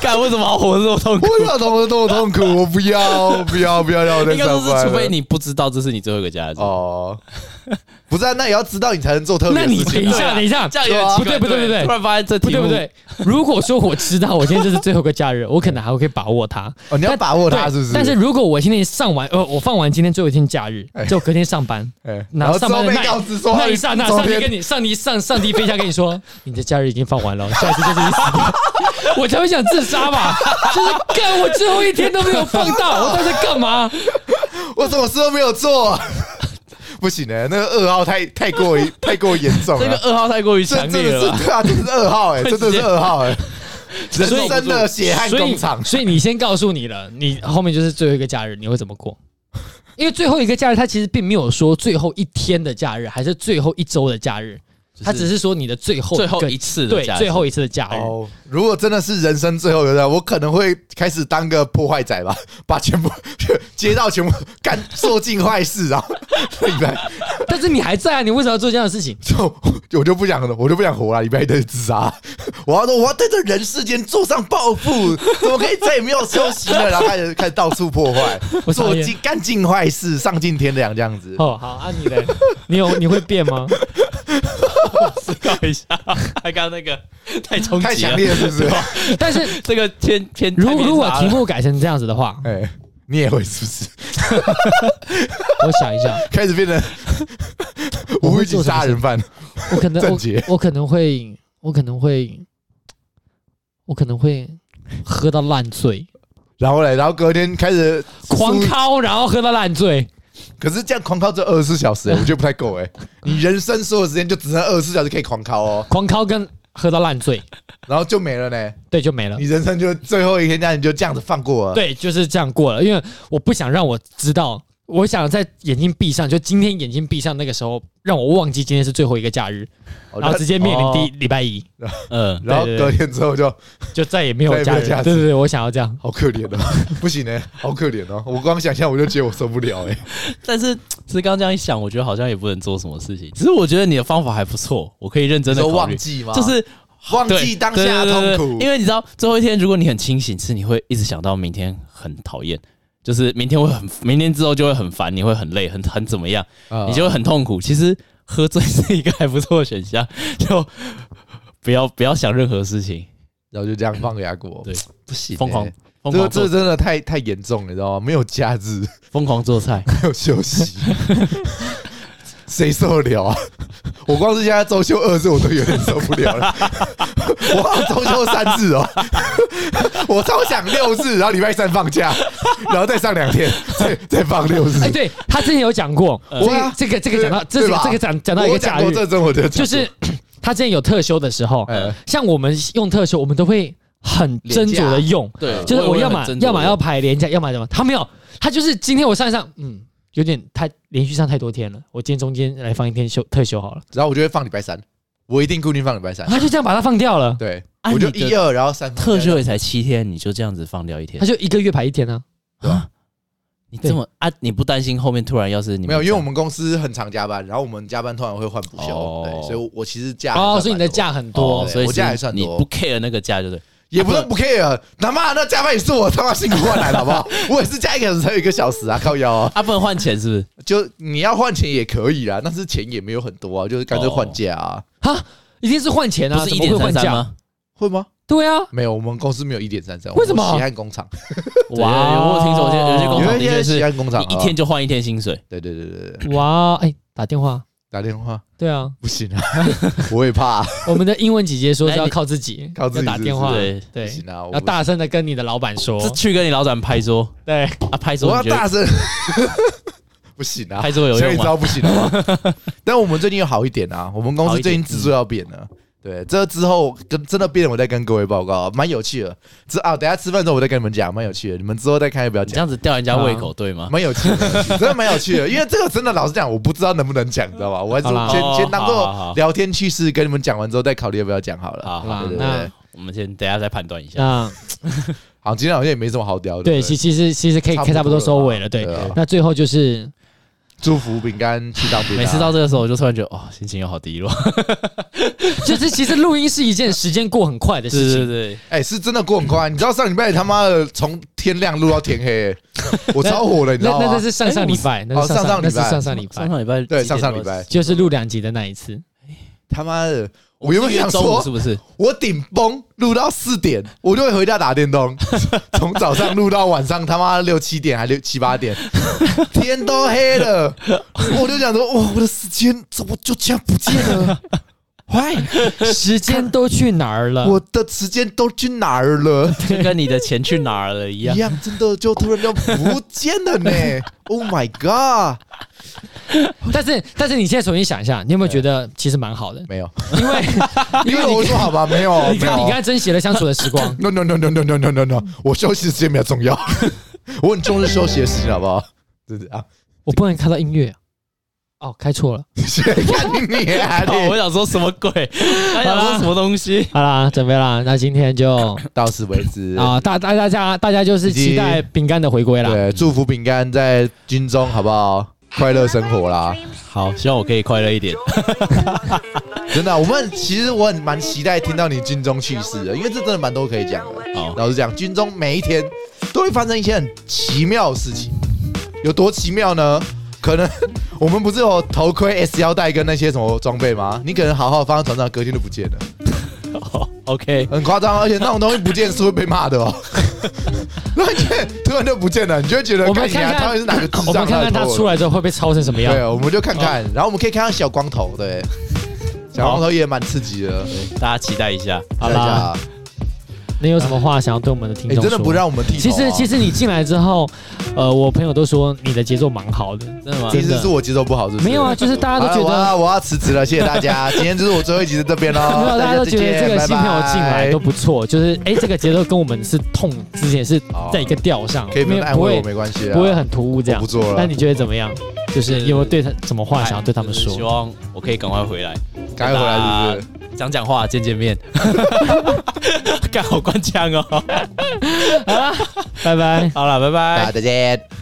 [SPEAKER 2] 干为什么要活得这么痛苦？
[SPEAKER 1] 我要痛苦，多痛苦，我不要，不要，不要让我再
[SPEAKER 2] 应该
[SPEAKER 1] 上
[SPEAKER 2] 说是
[SPEAKER 1] 班了。
[SPEAKER 2] 除
[SPEAKER 3] 啊
[SPEAKER 2] 非你不知道这是你最后一个假日。
[SPEAKER 1] 哦，不是、啊，那也要知道你才能做特别
[SPEAKER 3] 那
[SPEAKER 1] 的事
[SPEAKER 3] 你
[SPEAKER 1] 情啊。
[SPEAKER 3] 等一下，等一下，
[SPEAKER 2] 这样也很奇怪
[SPEAKER 3] 不哦对不对不对
[SPEAKER 2] 突然发现这
[SPEAKER 3] 不
[SPEAKER 2] 题
[SPEAKER 3] 对
[SPEAKER 2] 目
[SPEAKER 3] 不对。如果说我知道我今天这是最后一个假 日，我可能还会可以把握它。
[SPEAKER 1] 哦，你要把握它
[SPEAKER 3] 对
[SPEAKER 1] 是不是？
[SPEAKER 3] 但是如果我今天上完，呃，我放完今天最后一天假日
[SPEAKER 1] 哎，
[SPEAKER 3] 就隔天上班，
[SPEAKER 1] 哎，
[SPEAKER 3] 那
[SPEAKER 1] 然后之
[SPEAKER 3] 上班
[SPEAKER 1] 后
[SPEAKER 3] 的
[SPEAKER 1] 被
[SPEAKER 3] 那
[SPEAKER 1] 告知说，
[SPEAKER 3] 那一刹那，
[SPEAKER 1] 昨
[SPEAKER 3] 上帝
[SPEAKER 1] 天
[SPEAKER 3] 跟你，上帝上上帝飞下跟你说，你的假日已经放 完了，下一次就是你死掉。 我才会想自杀吧，就是干我最后一天都没有放到，我到底在干嘛？
[SPEAKER 1] 我什么事都没有做， 不行的，那个噩耗太太过于太过严重
[SPEAKER 2] 这个
[SPEAKER 1] 了。
[SPEAKER 2] 二号太过于
[SPEAKER 1] 这
[SPEAKER 2] 强
[SPEAKER 1] 真
[SPEAKER 2] 烈
[SPEAKER 1] 的
[SPEAKER 2] 了
[SPEAKER 1] 是
[SPEAKER 2] 吧。
[SPEAKER 1] 对啊，这是噩耗 哎，真的是噩耗哎，人
[SPEAKER 3] 所以
[SPEAKER 1] 生的血汗
[SPEAKER 3] 所以
[SPEAKER 1] 工厂。
[SPEAKER 3] 所以你先告诉你了，你后面就是最后一个假日，你会怎么过？ 因为最后一个假日，他其实并没有说最后一天的假日，还是最后一周的假日，他只是说你的最后
[SPEAKER 2] 最后
[SPEAKER 3] 个
[SPEAKER 2] 一次的
[SPEAKER 3] 对
[SPEAKER 2] 假日，
[SPEAKER 3] 最后一次的假日。
[SPEAKER 1] 哦，如果真的是人生最后一个，我可能会开始当个破坏仔吧， 把全部街道全部干做尽坏事，然后 礼拜
[SPEAKER 3] 但是你还在啊，你为什么要做这样的事情？
[SPEAKER 1] 就我就不想了，我就不想活了，礼拜一就自杀， 我要说我要对这人世间做上报复，怎么可以再也没有休息了？然后开始开始到处破坏，
[SPEAKER 3] 我傻
[SPEAKER 1] 做
[SPEAKER 3] 眼
[SPEAKER 1] 尽干尽坏事，丧尽天良这样子。
[SPEAKER 3] 哦，好啊，你嘞， 你有你会变吗？
[SPEAKER 2] 思考一下，他刚刚那个太 冲
[SPEAKER 1] 太
[SPEAKER 2] 击
[SPEAKER 1] 强
[SPEAKER 2] 了，
[SPEAKER 1] 烈了是不是？
[SPEAKER 3] 但是
[SPEAKER 2] 这个偏偏
[SPEAKER 3] 如
[SPEAKER 2] 太偏
[SPEAKER 3] 如果
[SPEAKER 2] 差了
[SPEAKER 3] 题目改成这样子的话，
[SPEAKER 1] 哎，你也会是不是？
[SPEAKER 3] 我想一下，
[SPEAKER 1] 开始变 成
[SPEAKER 3] 我
[SPEAKER 1] 无
[SPEAKER 3] 会
[SPEAKER 1] 预警
[SPEAKER 3] 做什么
[SPEAKER 1] 杀
[SPEAKER 3] 事
[SPEAKER 1] 人犯，
[SPEAKER 3] 我可能
[SPEAKER 1] 正
[SPEAKER 3] 我
[SPEAKER 1] 解
[SPEAKER 3] 我可能会我可能会我可能会喝到烂醉，
[SPEAKER 1] 然后嘞，然后隔天开始
[SPEAKER 3] 狂
[SPEAKER 1] 输
[SPEAKER 3] 敲，然后喝到烂醉。
[SPEAKER 1] 可是这样狂考只二十四小时、欸，我觉得不太够哎、你人生所有时间就只剩二十四小时可以狂考哦，
[SPEAKER 3] 狂敲跟喝到烂醉，
[SPEAKER 1] 然后就没了呢、
[SPEAKER 3] 对，就没了
[SPEAKER 1] 你。人生就最后一天，那你就这样子放过了。，
[SPEAKER 3] 对，就是这样过了，因为我不想让我知道，我想在眼睛闭上，就今天眼睛闭上那个时候，让我忘记今天是最后一个假日，然后直接面临
[SPEAKER 2] 哦
[SPEAKER 3] 第礼拜一，
[SPEAKER 2] 嗯，
[SPEAKER 1] 然后
[SPEAKER 3] 对对
[SPEAKER 1] 隔天之后就
[SPEAKER 3] 就再也没有
[SPEAKER 1] 再也没
[SPEAKER 3] 假
[SPEAKER 1] 有
[SPEAKER 3] 日。
[SPEAKER 1] 假日
[SPEAKER 3] 对对对，我想要这样。
[SPEAKER 1] 好可怜哦， 不行呢、好可怜哦，我光想象我就觉得我受不了哎、
[SPEAKER 2] 但是其实刚刚这样一想，我觉得好像也不能做什么事情。只是我觉得你的方法还不错，我可以认真的
[SPEAKER 1] 都
[SPEAKER 2] 考
[SPEAKER 1] 忘
[SPEAKER 2] 虑，
[SPEAKER 1] 记吗？
[SPEAKER 2] 就是
[SPEAKER 1] 忘
[SPEAKER 2] 对
[SPEAKER 1] 记当下的
[SPEAKER 2] 对对对
[SPEAKER 1] 痛
[SPEAKER 2] 对
[SPEAKER 1] 苦，
[SPEAKER 2] 因为你知道最后一天，如果你很清醒，是你会一直想到明天很讨厌，就是明天会很，明天之后就会很烦，你会很累，很很怎么样，
[SPEAKER 1] 啊
[SPEAKER 2] 你就会很痛苦。其实喝醉是一个还不错的选项，就不要不要想任何事情，
[SPEAKER 1] 然后就这样放给他过，
[SPEAKER 2] 对，
[SPEAKER 1] 不行欸、
[SPEAKER 2] 疯狂疯
[SPEAKER 1] 这
[SPEAKER 2] 狂
[SPEAKER 1] 这
[SPEAKER 2] 做
[SPEAKER 1] 真的太太严重了，你知道吗？没有假日，
[SPEAKER 2] 疯狂做菜，
[SPEAKER 1] 没有休息，谁受得了啊？我光是现在周休二日我都有点受不了了，我好像周休三日哦，我超想六日，然后礼拜三放假，然后再上两天，再再放六日
[SPEAKER 3] 哎，。对他之前有讲过，这
[SPEAKER 1] 对啊
[SPEAKER 3] 个这个这个讲到这
[SPEAKER 1] 对
[SPEAKER 3] 个
[SPEAKER 1] 吧
[SPEAKER 3] 这个讲讲到一
[SPEAKER 1] 我
[SPEAKER 3] 个假
[SPEAKER 1] 讲过
[SPEAKER 3] 日，
[SPEAKER 1] 这真我就
[SPEAKER 3] 就是 他之前有特休的时候，
[SPEAKER 1] 哎
[SPEAKER 3] 像我们用特休，我们都会很斟酌的用，
[SPEAKER 2] 对，
[SPEAKER 3] 就是我
[SPEAKER 2] 也
[SPEAKER 3] 要
[SPEAKER 2] 很
[SPEAKER 3] 么
[SPEAKER 2] 斟酌
[SPEAKER 3] 要么要排连假，要么什么，他没有，他就是今天我上一上，嗯，有点太连续上太多天了，我今天中间来放一天休特休好了，
[SPEAKER 1] 然后我就会放礼拜三，我一定固定放礼拜三。
[SPEAKER 3] 他就这样把它放掉了，
[SPEAKER 1] 对，
[SPEAKER 2] 啊
[SPEAKER 1] 我就
[SPEAKER 2] 你的
[SPEAKER 1] 一二，然后三放
[SPEAKER 2] 特
[SPEAKER 1] 礼拜
[SPEAKER 2] 休也才七天，你就这样子放掉一天
[SPEAKER 3] 他，就一个月排一天啊，
[SPEAKER 1] 对吧
[SPEAKER 2] 你这么啊？你不担心后面突然要是
[SPEAKER 1] 三
[SPEAKER 2] 你
[SPEAKER 1] 没有，因为我
[SPEAKER 2] 们
[SPEAKER 1] 们公司很常加班，然后我们加班通常会换补休，
[SPEAKER 2] 哦
[SPEAKER 1] 对，所以我我其实假
[SPEAKER 3] 哦，
[SPEAKER 1] 还算
[SPEAKER 3] 所以你的
[SPEAKER 1] 蛮多
[SPEAKER 3] 假很
[SPEAKER 2] 哦
[SPEAKER 3] 多，
[SPEAKER 1] 对
[SPEAKER 2] 所以
[SPEAKER 1] 我家
[SPEAKER 2] 是
[SPEAKER 1] 也算
[SPEAKER 2] 你
[SPEAKER 1] 多
[SPEAKER 2] 不 care 那个假就对，
[SPEAKER 1] 也不是不 care，他妈那加班也是我他妈辛苦换来的，好不好？我也是加一个小时才有一个小时啊，靠腰啊，
[SPEAKER 2] 啊，不能换钱是不是？
[SPEAKER 1] 就你要换钱也可以啦，但是钱也没有很多啊，就是干脆换假啊，
[SPEAKER 3] 哈，一定是换钱啊，
[SPEAKER 2] 不
[SPEAKER 3] 怎
[SPEAKER 2] 是一
[SPEAKER 3] 么会
[SPEAKER 2] 点
[SPEAKER 3] 换
[SPEAKER 2] 三三
[SPEAKER 3] 假？
[SPEAKER 2] 吗？
[SPEAKER 1] 会吗？
[SPEAKER 3] 对啊，
[SPEAKER 1] 没有，我们公司没有一点三三，
[SPEAKER 3] 为什么
[SPEAKER 1] 我们是西岸工厂，
[SPEAKER 2] 哇，哦我有听说有些有些工
[SPEAKER 1] 因
[SPEAKER 2] 厂
[SPEAKER 1] 为
[SPEAKER 2] 的
[SPEAKER 1] 现在
[SPEAKER 2] 确
[SPEAKER 1] 是
[SPEAKER 2] 是
[SPEAKER 1] 西岸工厂，
[SPEAKER 2] 你一天就换一天薪水，
[SPEAKER 1] 对对对对对，
[SPEAKER 3] 哇，哎，打电话，
[SPEAKER 1] 打电话
[SPEAKER 3] 对啊，
[SPEAKER 1] 不行啊，我也怕啊
[SPEAKER 3] 我们的英文姐姐说是
[SPEAKER 2] 哎
[SPEAKER 3] 要
[SPEAKER 2] 你
[SPEAKER 3] 靠自己，
[SPEAKER 1] 靠自己
[SPEAKER 3] 要
[SPEAKER 1] 是
[SPEAKER 3] 打
[SPEAKER 1] 不是
[SPEAKER 3] 电话，
[SPEAKER 2] 对，
[SPEAKER 1] 不
[SPEAKER 3] 对，
[SPEAKER 1] 行啊，我
[SPEAKER 3] 要
[SPEAKER 1] 不
[SPEAKER 3] 大声的跟你的老板说
[SPEAKER 2] 是，去跟你老板拍桌
[SPEAKER 3] 对，
[SPEAKER 2] 啊，拍
[SPEAKER 1] 我
[SPEAKER 2] 桌
[SPEAKER 1] 要
[SPEAKER 2] 你觉得
[SPEAKER 1] 大声，不行啊，
[SPEAKER 2] 拍桌有
[SPEAKER 1] 所以
[SPEAKER 2] 用
[SPEAKER 1] 你知
[SPEAKER 2] 吗？
[SPEAKER 1] 道不行了吗？ 但我们最近有好一点啊，我们公司最近制作要变了。对，这之后跟真的变了，我再跟各位报告，蛮有趣的。之啊，等一下吃饭的时候我再跟你们讲，蛮有趣的。你们之后再看要不要
[SPEAKER 2] 你这
[SPEAKER 1] 讲，
[SPEAKER 2] 样子吊人家胃口对吗？
[SPEAKER 1] 蛮有趣的， 蛮有趣的真的蛮有趣的。因为这个真的老实讲，我不知道能不能讲，你知道吧？我还是
[SPEAKER 3] 好啦
[SPEAKER 1] 先先当
[SPEAKER 2] 好好
[SPEAKER 1] 做
[SPEAKER 2] 好
[SPEAKER 1] 聊天趣事，跟你们讲完之后再考虑要不要讲好了。
[SPEAKER 2] 好
[SPEAKER 3] 好
[SPEAKER 2] 好
[SPEAKER 3] 啦
[SPEAKER 1] 对，对
[SPEAKER 3] 那
[SPEAKER 1] 对，
[SPEAKER 2] 我们先等一下再判断一下。
[SPEAKER 3] 那
[SPEAKER 1] 好，今天好像也没什么好聊的。
[SPEAKER 3] 啊对，
[SPEAKER 1] 不
[SPEAKER 3] 其其实其实可以
[SPEAKER 1] 差不多
[SPEAKER 3] 可以差不多收尾
[SPEAKER 1] 了
[SPEAKER 3] 了，
[SPEAKER 1] 吧
[SPEAKER 3] 对
[SPEAKER 1] 对啊。
[SPEAKER 3] 那最后就是
[SPEAKER 1] 祝福饼干去当兵啊，
[SPEAKER 2] 每次到这个时候，我就突然觉得哦，心情又好低落。
[SPEAKER 3] 就是其实录音是一件时间过很快的事
[SPEAKER 2] 对对
[SPEAKER 3] 情，
[SPEAKER 2] 对，
[SPEAKER 1] 哎、是真的过很快。你知道上礼拜他妈的从天亮录到天黑、 我超火的，你知
[SPEAKER 3] 那
[SPEAKER 1] 道吗？哎
[SPEAKER 3] 那那是上上礼拜，那是上
[SPEAKER 1] 上上礼拜
[SPEAKER 3] 那是上上礼
[SPEAKER 2] 上
[SPEAKER 3] 拜，
[SPEAKER 2] 上礼拜
[SPEAKER 1] 对
[SPEAKER 2] 几点
[SPEAKER 1] 上上
[SPEAKER 2] 多
[SPEAKER 1] 礼 拜
[SPEAKER 3] 就是录两集的那 一次。
[SPEAKER 1] 他妈的，
[SPEAKER 2] 我
[SPEAKER 1] 我原本想
[SPEAKER 2] 中午
[SPEAKER 1] 说
[SPEAKER 2] 是，不是？
[SPEAKER 1] 我顶崩录到四点，我就会回家打电动， 从早上录到晚上他妈六七点还六七八点，天都黑了，我就想说，哇，我的时间怎么就这样不见了？ 喂，
[SPEAKER 3] 时间都去哪儿了？
[SPEAKER 1] 我的时间都去哪儿了？
[SPEAKER 2] 就跟你的钱去哪儿了一样
[SPEAKER 1] 一。样，真的就突然就不见了 呢！Oh my god，
[SPEAKER 3] 但是但是你现在重新想一下，你有没有 觉得其实蛮好的？
[SPEAKER 1] 没有，
[SPEAKER 3] 因为
[SPEAKER 1] 因
[SPEAKER 3] 因
[SPEAKER 1] 为
[SPEAKER 3] 为
[SPEAKER 1] 我
[SPEAKER 3] 你
[SPEAKER 1] 说好吧，没有，
[SPEAKER 3] 你看
[SPEAKER 1] 没
[SPEAKER 3] 你
[SPEAKER 1] 有，
[SPEAKER 3] 刚才珍惜了相处的时光
[SPEAKER 1] No no no no no no no no no，我休息时间比较重要， 我很重视休息的时间，好不好？对对啊，
[SPEAKER 3] 我不能开到音乐。哦，开错了。
[SPEAKER 1] 谁看你啊
[SPEAKER 2] 哦，我
[SPEAKER 1] 你？
[SPEAKER 2] 想说什么 鬼？他想说什么东西？
[SPEAKER 3] 好啦，准备啦。那今天就
[SPEAKER 1] 到此为止
[SPEAKER 3] 啊，大大大家大家就是
[SPEAKER 1] 已
[SPEAKER 3] 期
[SPEAKER 1] 经
[SPEAKER 3] 待饼干的回归啦。
[SPEAKER 1] 对，祝福饼干在军中好不 好？快乐生活啦！
[SPEAKER 2] 好，希望我可以快乐 一点。
[SPEAKER 1] 真的啊，我们其实我很蛮期待听到你军中趣事的，因为这真的蛮多可以讲的。
[SPEAKER 3] 哦
[SPEAKER 2] 好
[SPEAKER 1] 老实讲，军中每一天都会发生一些很奇妙的事情，有多奇妙呢？可能 我们不是有头盔、S 腰带跟那些什么装备吗？你可能好好放在床上，隔天就不见了，
[SPEAKER 2] 哦 OK，
[SPEAKER 1] 很夸张。而且那种东西不见是会被骂 的哦。那你看突然就不见了，你就会觉得
[SPEAKER 3] 我们
[SPEAKER 1] 干你
[SPEAKER 3] 看
[SPEAKER 1] 啊
[SPEAKER 3] 看
[SPEAKER 1] 他们是哪个智
[SPEAKER 3] 我
[SPEAKER 1] 障
[SPEAKER 3] 们看看
[SPEAKER 1] 在
[SPEAKER 3] 他
[SPEAKER 1] 偷我
[SPEAKER 3] 出来之后会被抄成什么样。哦
[SPEAKER 1] 对，我们就看看，然后我们可以看看小光头，对，小光头也蛮刺激的。
[SPEAKER 2] 大家期待一下。
[SPEAKER 3] 好
[SPEAKER 1] 大
[SPEAKER 3] 啦，
[SPEAKER 1] 家，
[SPEAKER 3] 你有什么话想要对我们的听
[SPEAKER 1] 你
[SPEAKER 3] 众说？
[SPEAKER 1] 真的不让我们剃头啊？
[SPEAKER 3] 其实其实你进来之后，呃，我朋友都说你的节奏蛮好的。
[SPEAKER 2] 真的吗
[SPEAKER 1] 其？
[SPEAKER 3] 真
[SPEAKER 1] 实
[SPEAKER 3] 的
[SPEAKER 1] 是我节奏不好，是不是？
[SPEAKER 3] 没有啊，就是大
[SPEAKER 1] 好
[SPEAKER 3] 家
[SPEAKER 1] 了，
[SPEAKER 3] 都觉
[SPEAKER 1] 我要
[SPEAKER 3] 得。
[SPEAKER 1] 我要辞职了，谢谢大 家。今天就是我最后一集在这边喽，
[SPEAKER 3] 没有，大家都
[SPEAKER 1] 再
[SPEAKER 3] 觉
[SPEAKER 1] 见
[SPEAKER 3] 得这个新朋友进来都
[SPEAKER 1] 拜
[SPEAKER 3] 不错，就是哎，这个节奏跟我们是痛之前是在一个调上，
[SPEAKER 1] 拜可以不
[SPEAKER 3] 没
[SPEAKER 1] 用
[SPEAKER 3] 有
[SPEAKER 1] 安
[SPEAKER 3] 不
[SPEAKER 1] 慰我
[SPEAKER 3] 会
[SPEAKER 1] 没关系啊，
[SPEAKER 3] 不会很突兀这
[SPEAKER 1] 我
[SPEAKER 3] 样
[SPEAKER 1] 不。做
[SPEAKER 3] 那
[SPEAKER 1] 了，
[SPEAKER 3] 你觉得怎么样？就是有没有对他什么话想要对他们
[SPEAKER 2] 希
[SPEAKER 3] 说？
[SPEAKER 2] 望我可以赶快回来，
[SPEAKER 1] 该回来是不是？
[SPEAKER 2] 讲讲话，见见面。 干好官腔哦。
[SPEAKER 3] 拜拜。
[SPEAKER 2] 好了，拜
[SPEAKER 1] 大
[SPEAKER 2] 拜
[SPEAKER 1] 家。再见。